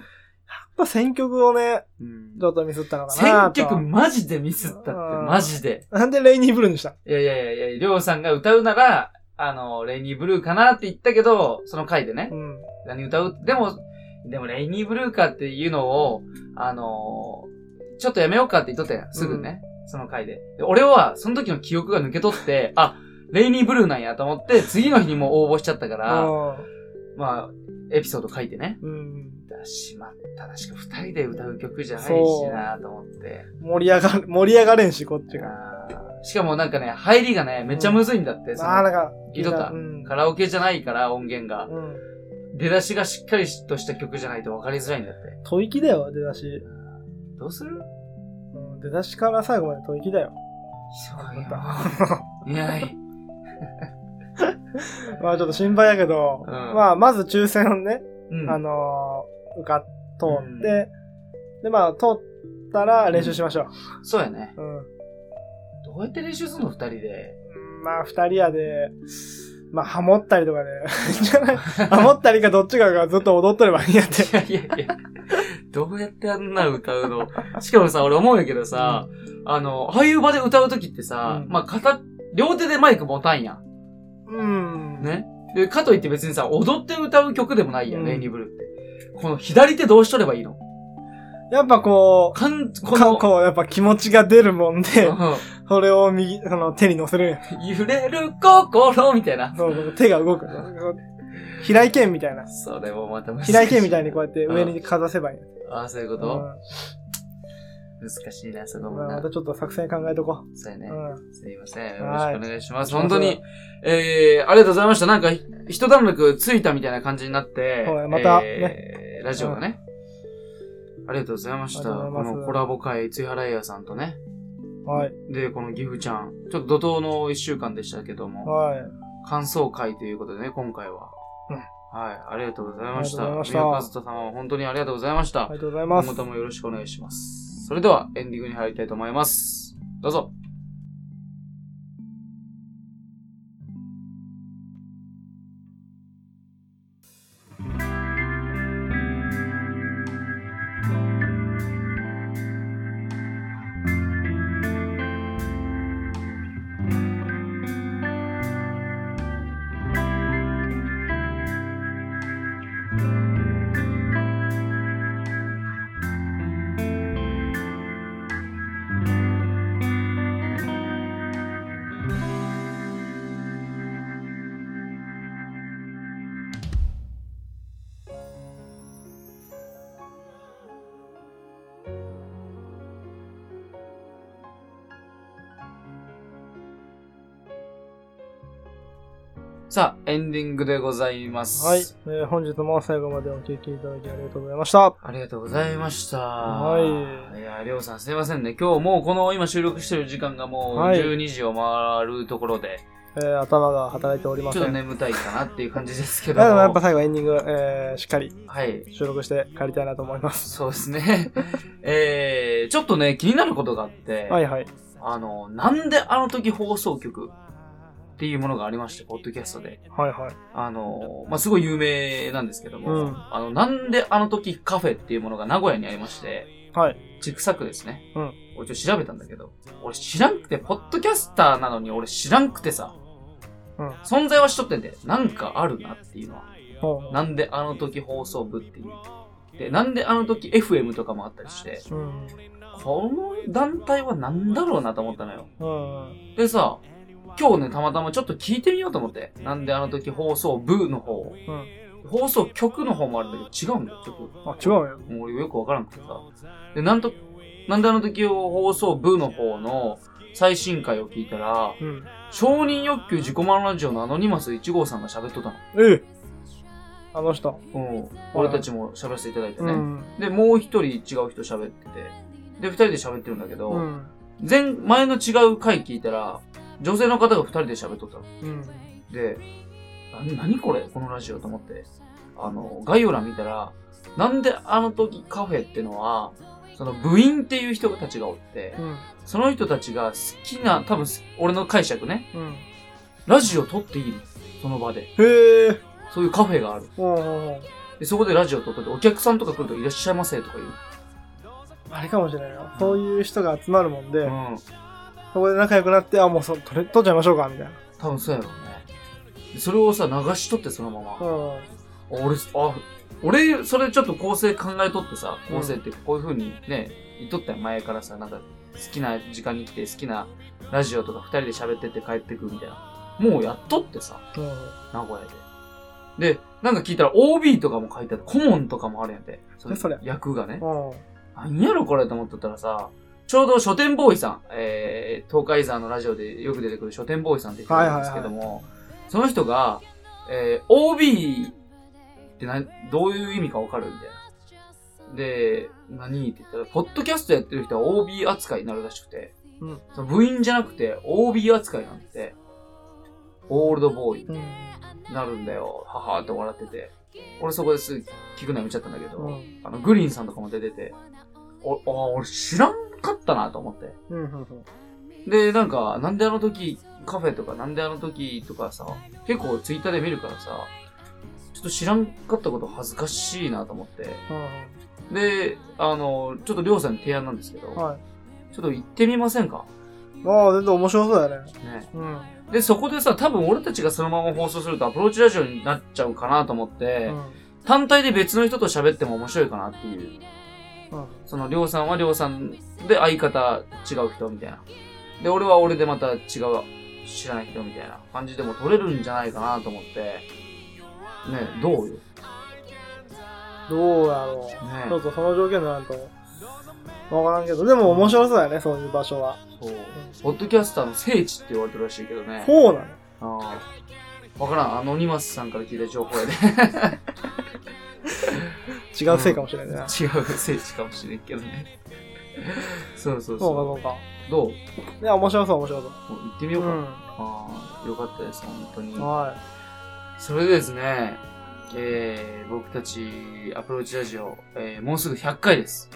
S2: ぱ選曲をね、
S1: うん
S2: ちょっとミスったのかな
S1: 選
S2: と。
S1: 曲マジでミスったって、
S2: うん
S1: マジで。
S2: なんでレイニーブルーにしたの
S1: いやいやいやいや、りょうさんが歌うなら、あの、レイニーブルーかなって言ったけど、その回でね
S2: う、ん。
S1: 何歌うでも、でもレイニーブルーかっていうのを、あの、ちょっとやめようかって言っとったやん、すぐね、その回でで俺は、その時の記憶が抜け取って、あ、レイニーブルーなんやと思って、次の日にもう応募しちゃったから、まあ、エピソード書いてね。
S2: うん。
S1: だしまった。確か二人で歌う曲じゃないし
S2: そう
S1: なと思って。
S2: 盛り上が、盛り上がれんし、こっちが。
S1: あーしかもなんかね、入りがね、めっちゃむずいんだって。その
S2: まあ、なんか、
S1: 聞いとった
S2: うん。
S1: カラオケじゃないから、音源が。
S2: うん。
S1: 出だしがしっかりとした曲じゃないと分かりづらいんだって。
S2: 吐息だよ、出だし。
S1: どうする
S2: うん、出だしから最後まで吐息だよ。
S1: そう
S2: ま
S1: よ。
S2: た
S1: いやい。
S2: まあちょっと心配やけど、
S1: うん
S2: まあまず抽選をね、
S1: うん。
S2: あのー受かっ、通って、でまあ通ったら練習しましょ
S1: そうやね。
S2: う。うん。
S1: どうやって練習するの二人で。
S2: うんまあ二人やで、まあハモったり とかで、いいんじゃないハモったりかどっちかがずっと踊っとればいいんやって。
S1: いやいやいや。どうやってあんな歌うのしかもさ、俺思うんやけどさ、あの、ああいう場で歌うときってさ、
S2: うん
S1: まあ、片、両手でマイク持たんやん。
S2: うん。。
S1: ね。で、かといって別にさ、踊って歌う曲でもないやん、
S2: うん
S1: レイニーブルーって。この左手どうしとればいいの
S2: やっぱこう、
S1: かん、こ
S2: か
S1: の、
S2: こう、やっぱ気持ちが出るもんで、
S1: う
S2: それを右、その手に乗せるんや。
S1: ん揺れる心みたいな。
S2: そうそう、手が動く。こう平井堅みたいな。
S1: それもまた難しい。
S2: 平井堅みたいにこうやって上にかざせばいいんや。
S1: ああ、そういうこ
S2: う
S1: と、
S2: ん
S1: 難しいな、そこも
S2: まあ
S1: な
S2: また。ちょっと作戦考えとこ
S1: そうや
S2: う。
S1: ね。
S2: う
S1: すいません。よろし
S2: はい
S1: くお願いします。
S2: お願
S1: 本
S2: いします
S1: 当に、えー、ありがとうございました。なんか、ひ一段落ついたみたいな感じになって、
S2: はいまた
S1: えーラジオがね、ありがとうございました。
S2: ありがとうご
S1: こ
S2: ざいます
S1: のコラボ会、ついはらいやさんとね、
S2: ん。はい。
S1: で、このギフちゃん、ちょっと怒涛の一週間でしたけども、
S2: はい。
S1: 感想会ということでね、今回は。
S2: うん
S1: はい、ありがとうございました。
S2: あり
S1: 宮
S2: がとうございました
S1: 和人様、本当にありがとうございました
S2: あり。がとうございま
S1: 今
S2: す
S1: 後。ともよろしくお願いします。それでは、エンディングに入りたいと思います。どうぞ。さあ、エンディングでございます。
S2: はい、えー本日も最後までお聞きいただきありがとうございました。
S1: ありがとうございました。
S2: はい
S1: いや、りょうさんすいませんね。今日もうこの今収録してる時間がもう
S2: はい
S1: 12時を回るところで、
S2: えー頭が働いておりま
S1: ち
S2: せ
S1: ょっと
S2: ん。
S1: 眠たいかなっていう感じですけ
S2: で
S1: ど
S2: も
S1: も。
S2: やっぱ最後エンディング、えーしっかり
S1: はい。
S2: 収録して帰りたいなと思います。
S1: そうですね。 えー、ちょっとね、気になることがあって、
S2: はいはい。
S1: あの、なんであの時放送局っていうものがありまして、ポッドキャストで。
S2: はいはい。
S1: あの、まあ、すごい有名なんですけども、
S2: うん
S1: あの、なんであの時カフェっていうものが名古屋にありまして、
S2: はい。
S1: ちくさくですね。
S2: うん
S1: 俺ちょっと調べたんだけど、俺知らんくて、ポッドキャスターなのに俺知らんくてさ、
S2: うん
S1: 存在はしとってんで、なんかあるなっていうのは。
S2: ほう
S1: なんであの時放送部っていう。で、なんであの時 FM とかもあったりして、
S2: うん。
S1: この団体は何だろうなと思ったのよ。
S2: うん。
S1: でさ、今日ね、たまたまちょっと聞いてみようと思って。なんであの時放送部の方を。
S2: うん。
S1: 放送局の方もあるんだけど、違うんだよ、曲。
S2: あ、違うよ。
S1: もう俺よくわからなくてさ。で、なんと、なんであの時を放送部の方の最新回を聞いたら、
S2: うん。
S1: 承認欲求自己満ラジオのアノニマス1号さんが喋っとったの。
S2: ええあの人。
S1: うん。俺たちも喋らせていただいて
S2: う
S1: ね。
S2: ん。
S1: で、もう一人違う人喋ってて。で、二人で喋ってるんだけど、
S2: うん。
S1: 前、前の違う回聞いたら、女性の方が二人で喋っとったの。
S2: うん。
S1: で、な、なにこれこのラジオと思って。あの、概要欄見たら、なんであの時カフェってのは、その部員っていう人たちがおって
S2: う、ん。
S1: その人たちが好きな、多分す俺の解釈ね、
S2: うん。
S1: ラジオ撮っていいのその場で。
S2: へえ。
S1: そういうカフェがある。
S2: おうおうおう
S1: で、そこでラジオ撮ってて、お客さんとか来るといらっしゃいませとか言う。
S2: あれかもしれないな。そういう人が集まるもんで、
S1: うん。
S2: そこで仲良くなって、あ、もうそ、取れ、取っちゃいましょうか、みたいな。
S1: 多分そうやろうね。でそれをさ、流しとってそのまま。
S2: うん。
S1: 俺、あ、俺、それちょっと構成考えとってさ、構成ってこういう風にね、言っとったよ、前からさ、なんか、好きな時間に来て、好きなラジオとか二人で喋ってって帰ってくみたいな。もうやっとってさ、
S2: うん。
S1: 名古屋で。で、なんか聞いたら OB とかも書いてある、顧問とかもあるやんて。
S2: 何それ
S1: 役がね。
S2: うん。
S1: なんやろこれと思っとったらさ、ちょうど書店ボーイさん、えー、東海山のラジオでよく出てくる書店ボーイさんって人なんですけども、その人が、えー、OB ってな、どういう意味かわかるみたいな。で、何って言ったら、ポッドキャストやってる人は OB 扱いになるらしくて、
S2: うん
S1: その部員じゃなくて OB 扱いなんて、オールドボーイ
S2: うん。
S1: になるんだよ、ははーって笑ってて。俺そこですぐ聞くのやめちゃったんだけど、
S2: うん。
S1: あの、グリーンさんとかも出てて、お、あ、俺知らんかったなと思って。
S2: うん。うん。
S1: で、なんか、なんであの時、カフェとか、なんであの時とかさ、結構ツイッターで見るからさ、ちょっと知らんかったこと恥ずかしいなと思って。で、あの、ちょっとりょうさんに提案なんですけど、
S2: うん。はい。
S1: ちょっと行ってみませんか
S2: ああ、全然面白そうだよね。
S1: ね。
S2: うん。
S1: で、そこでさ、多分俺たちがそのまま放送するとアプローチラジオになっちゃうかなと思って、
S2: うん。
S1: 単体で別の人と喋っても面白いかなっていう。
S2: うん。
S1: その、りょうさんはりょうさんで相方違う人みたいな。で、俺は俺でまた違う知らない人みたいな感じでも取れるんじゃないかなと思って。ねどうよ。ね
S2: どうやろう。ちょっとその条件になると、わからんけど、でも面白そうだよね、そういう場所は。
S1: そう。ポッドキャスターの聖地って言われてるらしいけどね。
S2: そうなの
S1: ああ。わからん。アノニマスさんから聞いた情報やで。
S2: 違うせいかもしれないね。
S1: 違う聖地かもしれんけどね。そうそう
S2: そう
S1: そ
S2: か、そうか。
S1: う。どうも
S2: いや、面白そう、面白そう。
S1: う行ってみよ
S2: う
S1: うか。
S2: ん。
S1: ああ、よかったです、本当に。
S2: は
S1: それでですね、えー、僕たちアプローチラジオ、えー、もうすぐ100回です。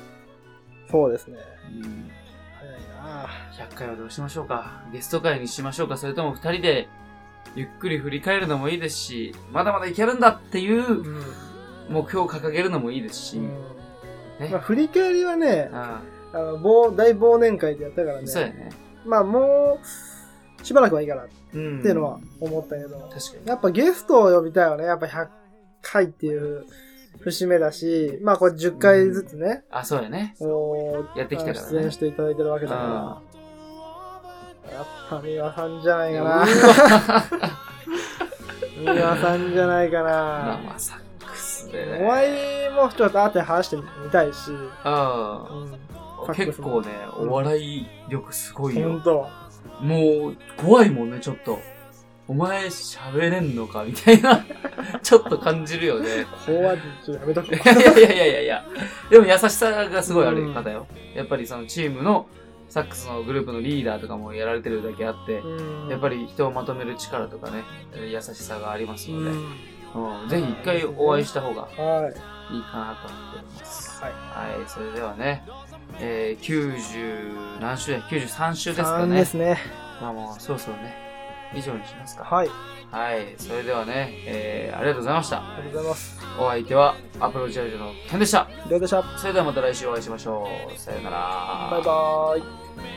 S2: い。そうですね。
S1: うん、
S2: 早いな
S1: 100回はどうしましょうかゲスト会にしましょうかそれとも2人でゆっくり振り返るのもいいですし、まだまだいけるんだっていう目標を掲げるのもいいですし、
S2: う
S1: うん。
S2: ん。
S1: ね
S2: まあ、振り返りはね、
S1: あ
S2: あの、忘大忘年会でやったから
S1: あ、そうや
S2: ね。
S1: ね。
S2: まあ、もう、しばらくはいいかなっ
S1: うん。
S2: ていうのは思ったけど。
S1: 確かに。
S2: やっぱゲストを呼びたいよね。やっぱ100回っていう節目だし、まあこれ10回ずつね、
S1: あ、そうやね。
S2: お
S1: やってきたからね
S2: 出演していただいてるわけだ
S1: あ
S2: から、やっぱ三輪さんじゃない
S1: あ。
S2: か
S1: う
S2: な
S1: わ。
S2: 三輪さんじゃないかな。
S1: 生サックスでね。
S2: お前もちょっと後で話してみたいし、う
S1: あ
S2: ん、
S1: あ。結構ね、お笑い力すごいよ。
S2: 本当。
S1: もう、怖いもんね、ちょっと。お前、喋れんのかみたいな、 ちょっと感じるよね。
S2: こうはちょっとやめとく。
S1: いやいやいやいやいや。でも優しさがすごいある方よ。やっぱりそのチームの、サックスのグループのリーダーとかもやられてるだけあって、
S2: うん
S1: やっぱり人をまとめる力とかね、優しさがあります
S2: う
S1: ので、
S2: ん
S1: うん、ぜひ一回お会いした方が
S2: はい。
S1: いいかなと思っております。
S2: はい
S1: はい、それではね、えー、90何週や ?93 週ですか
S2: 3
S1: ね
S2: で。すね。
S1: まあもう、そろそろね、以上にしますか。
S2: はい。
S1: はい、それではね、えーありがとうございました。
S2: ありがとうございます。
S1: お相手はアプローチラジオのケンでした。
S2: りょうでした。
S1: それではまた来週お会いしましょう。さよなら。
S2: バイバー
S3: 「
S2: イ。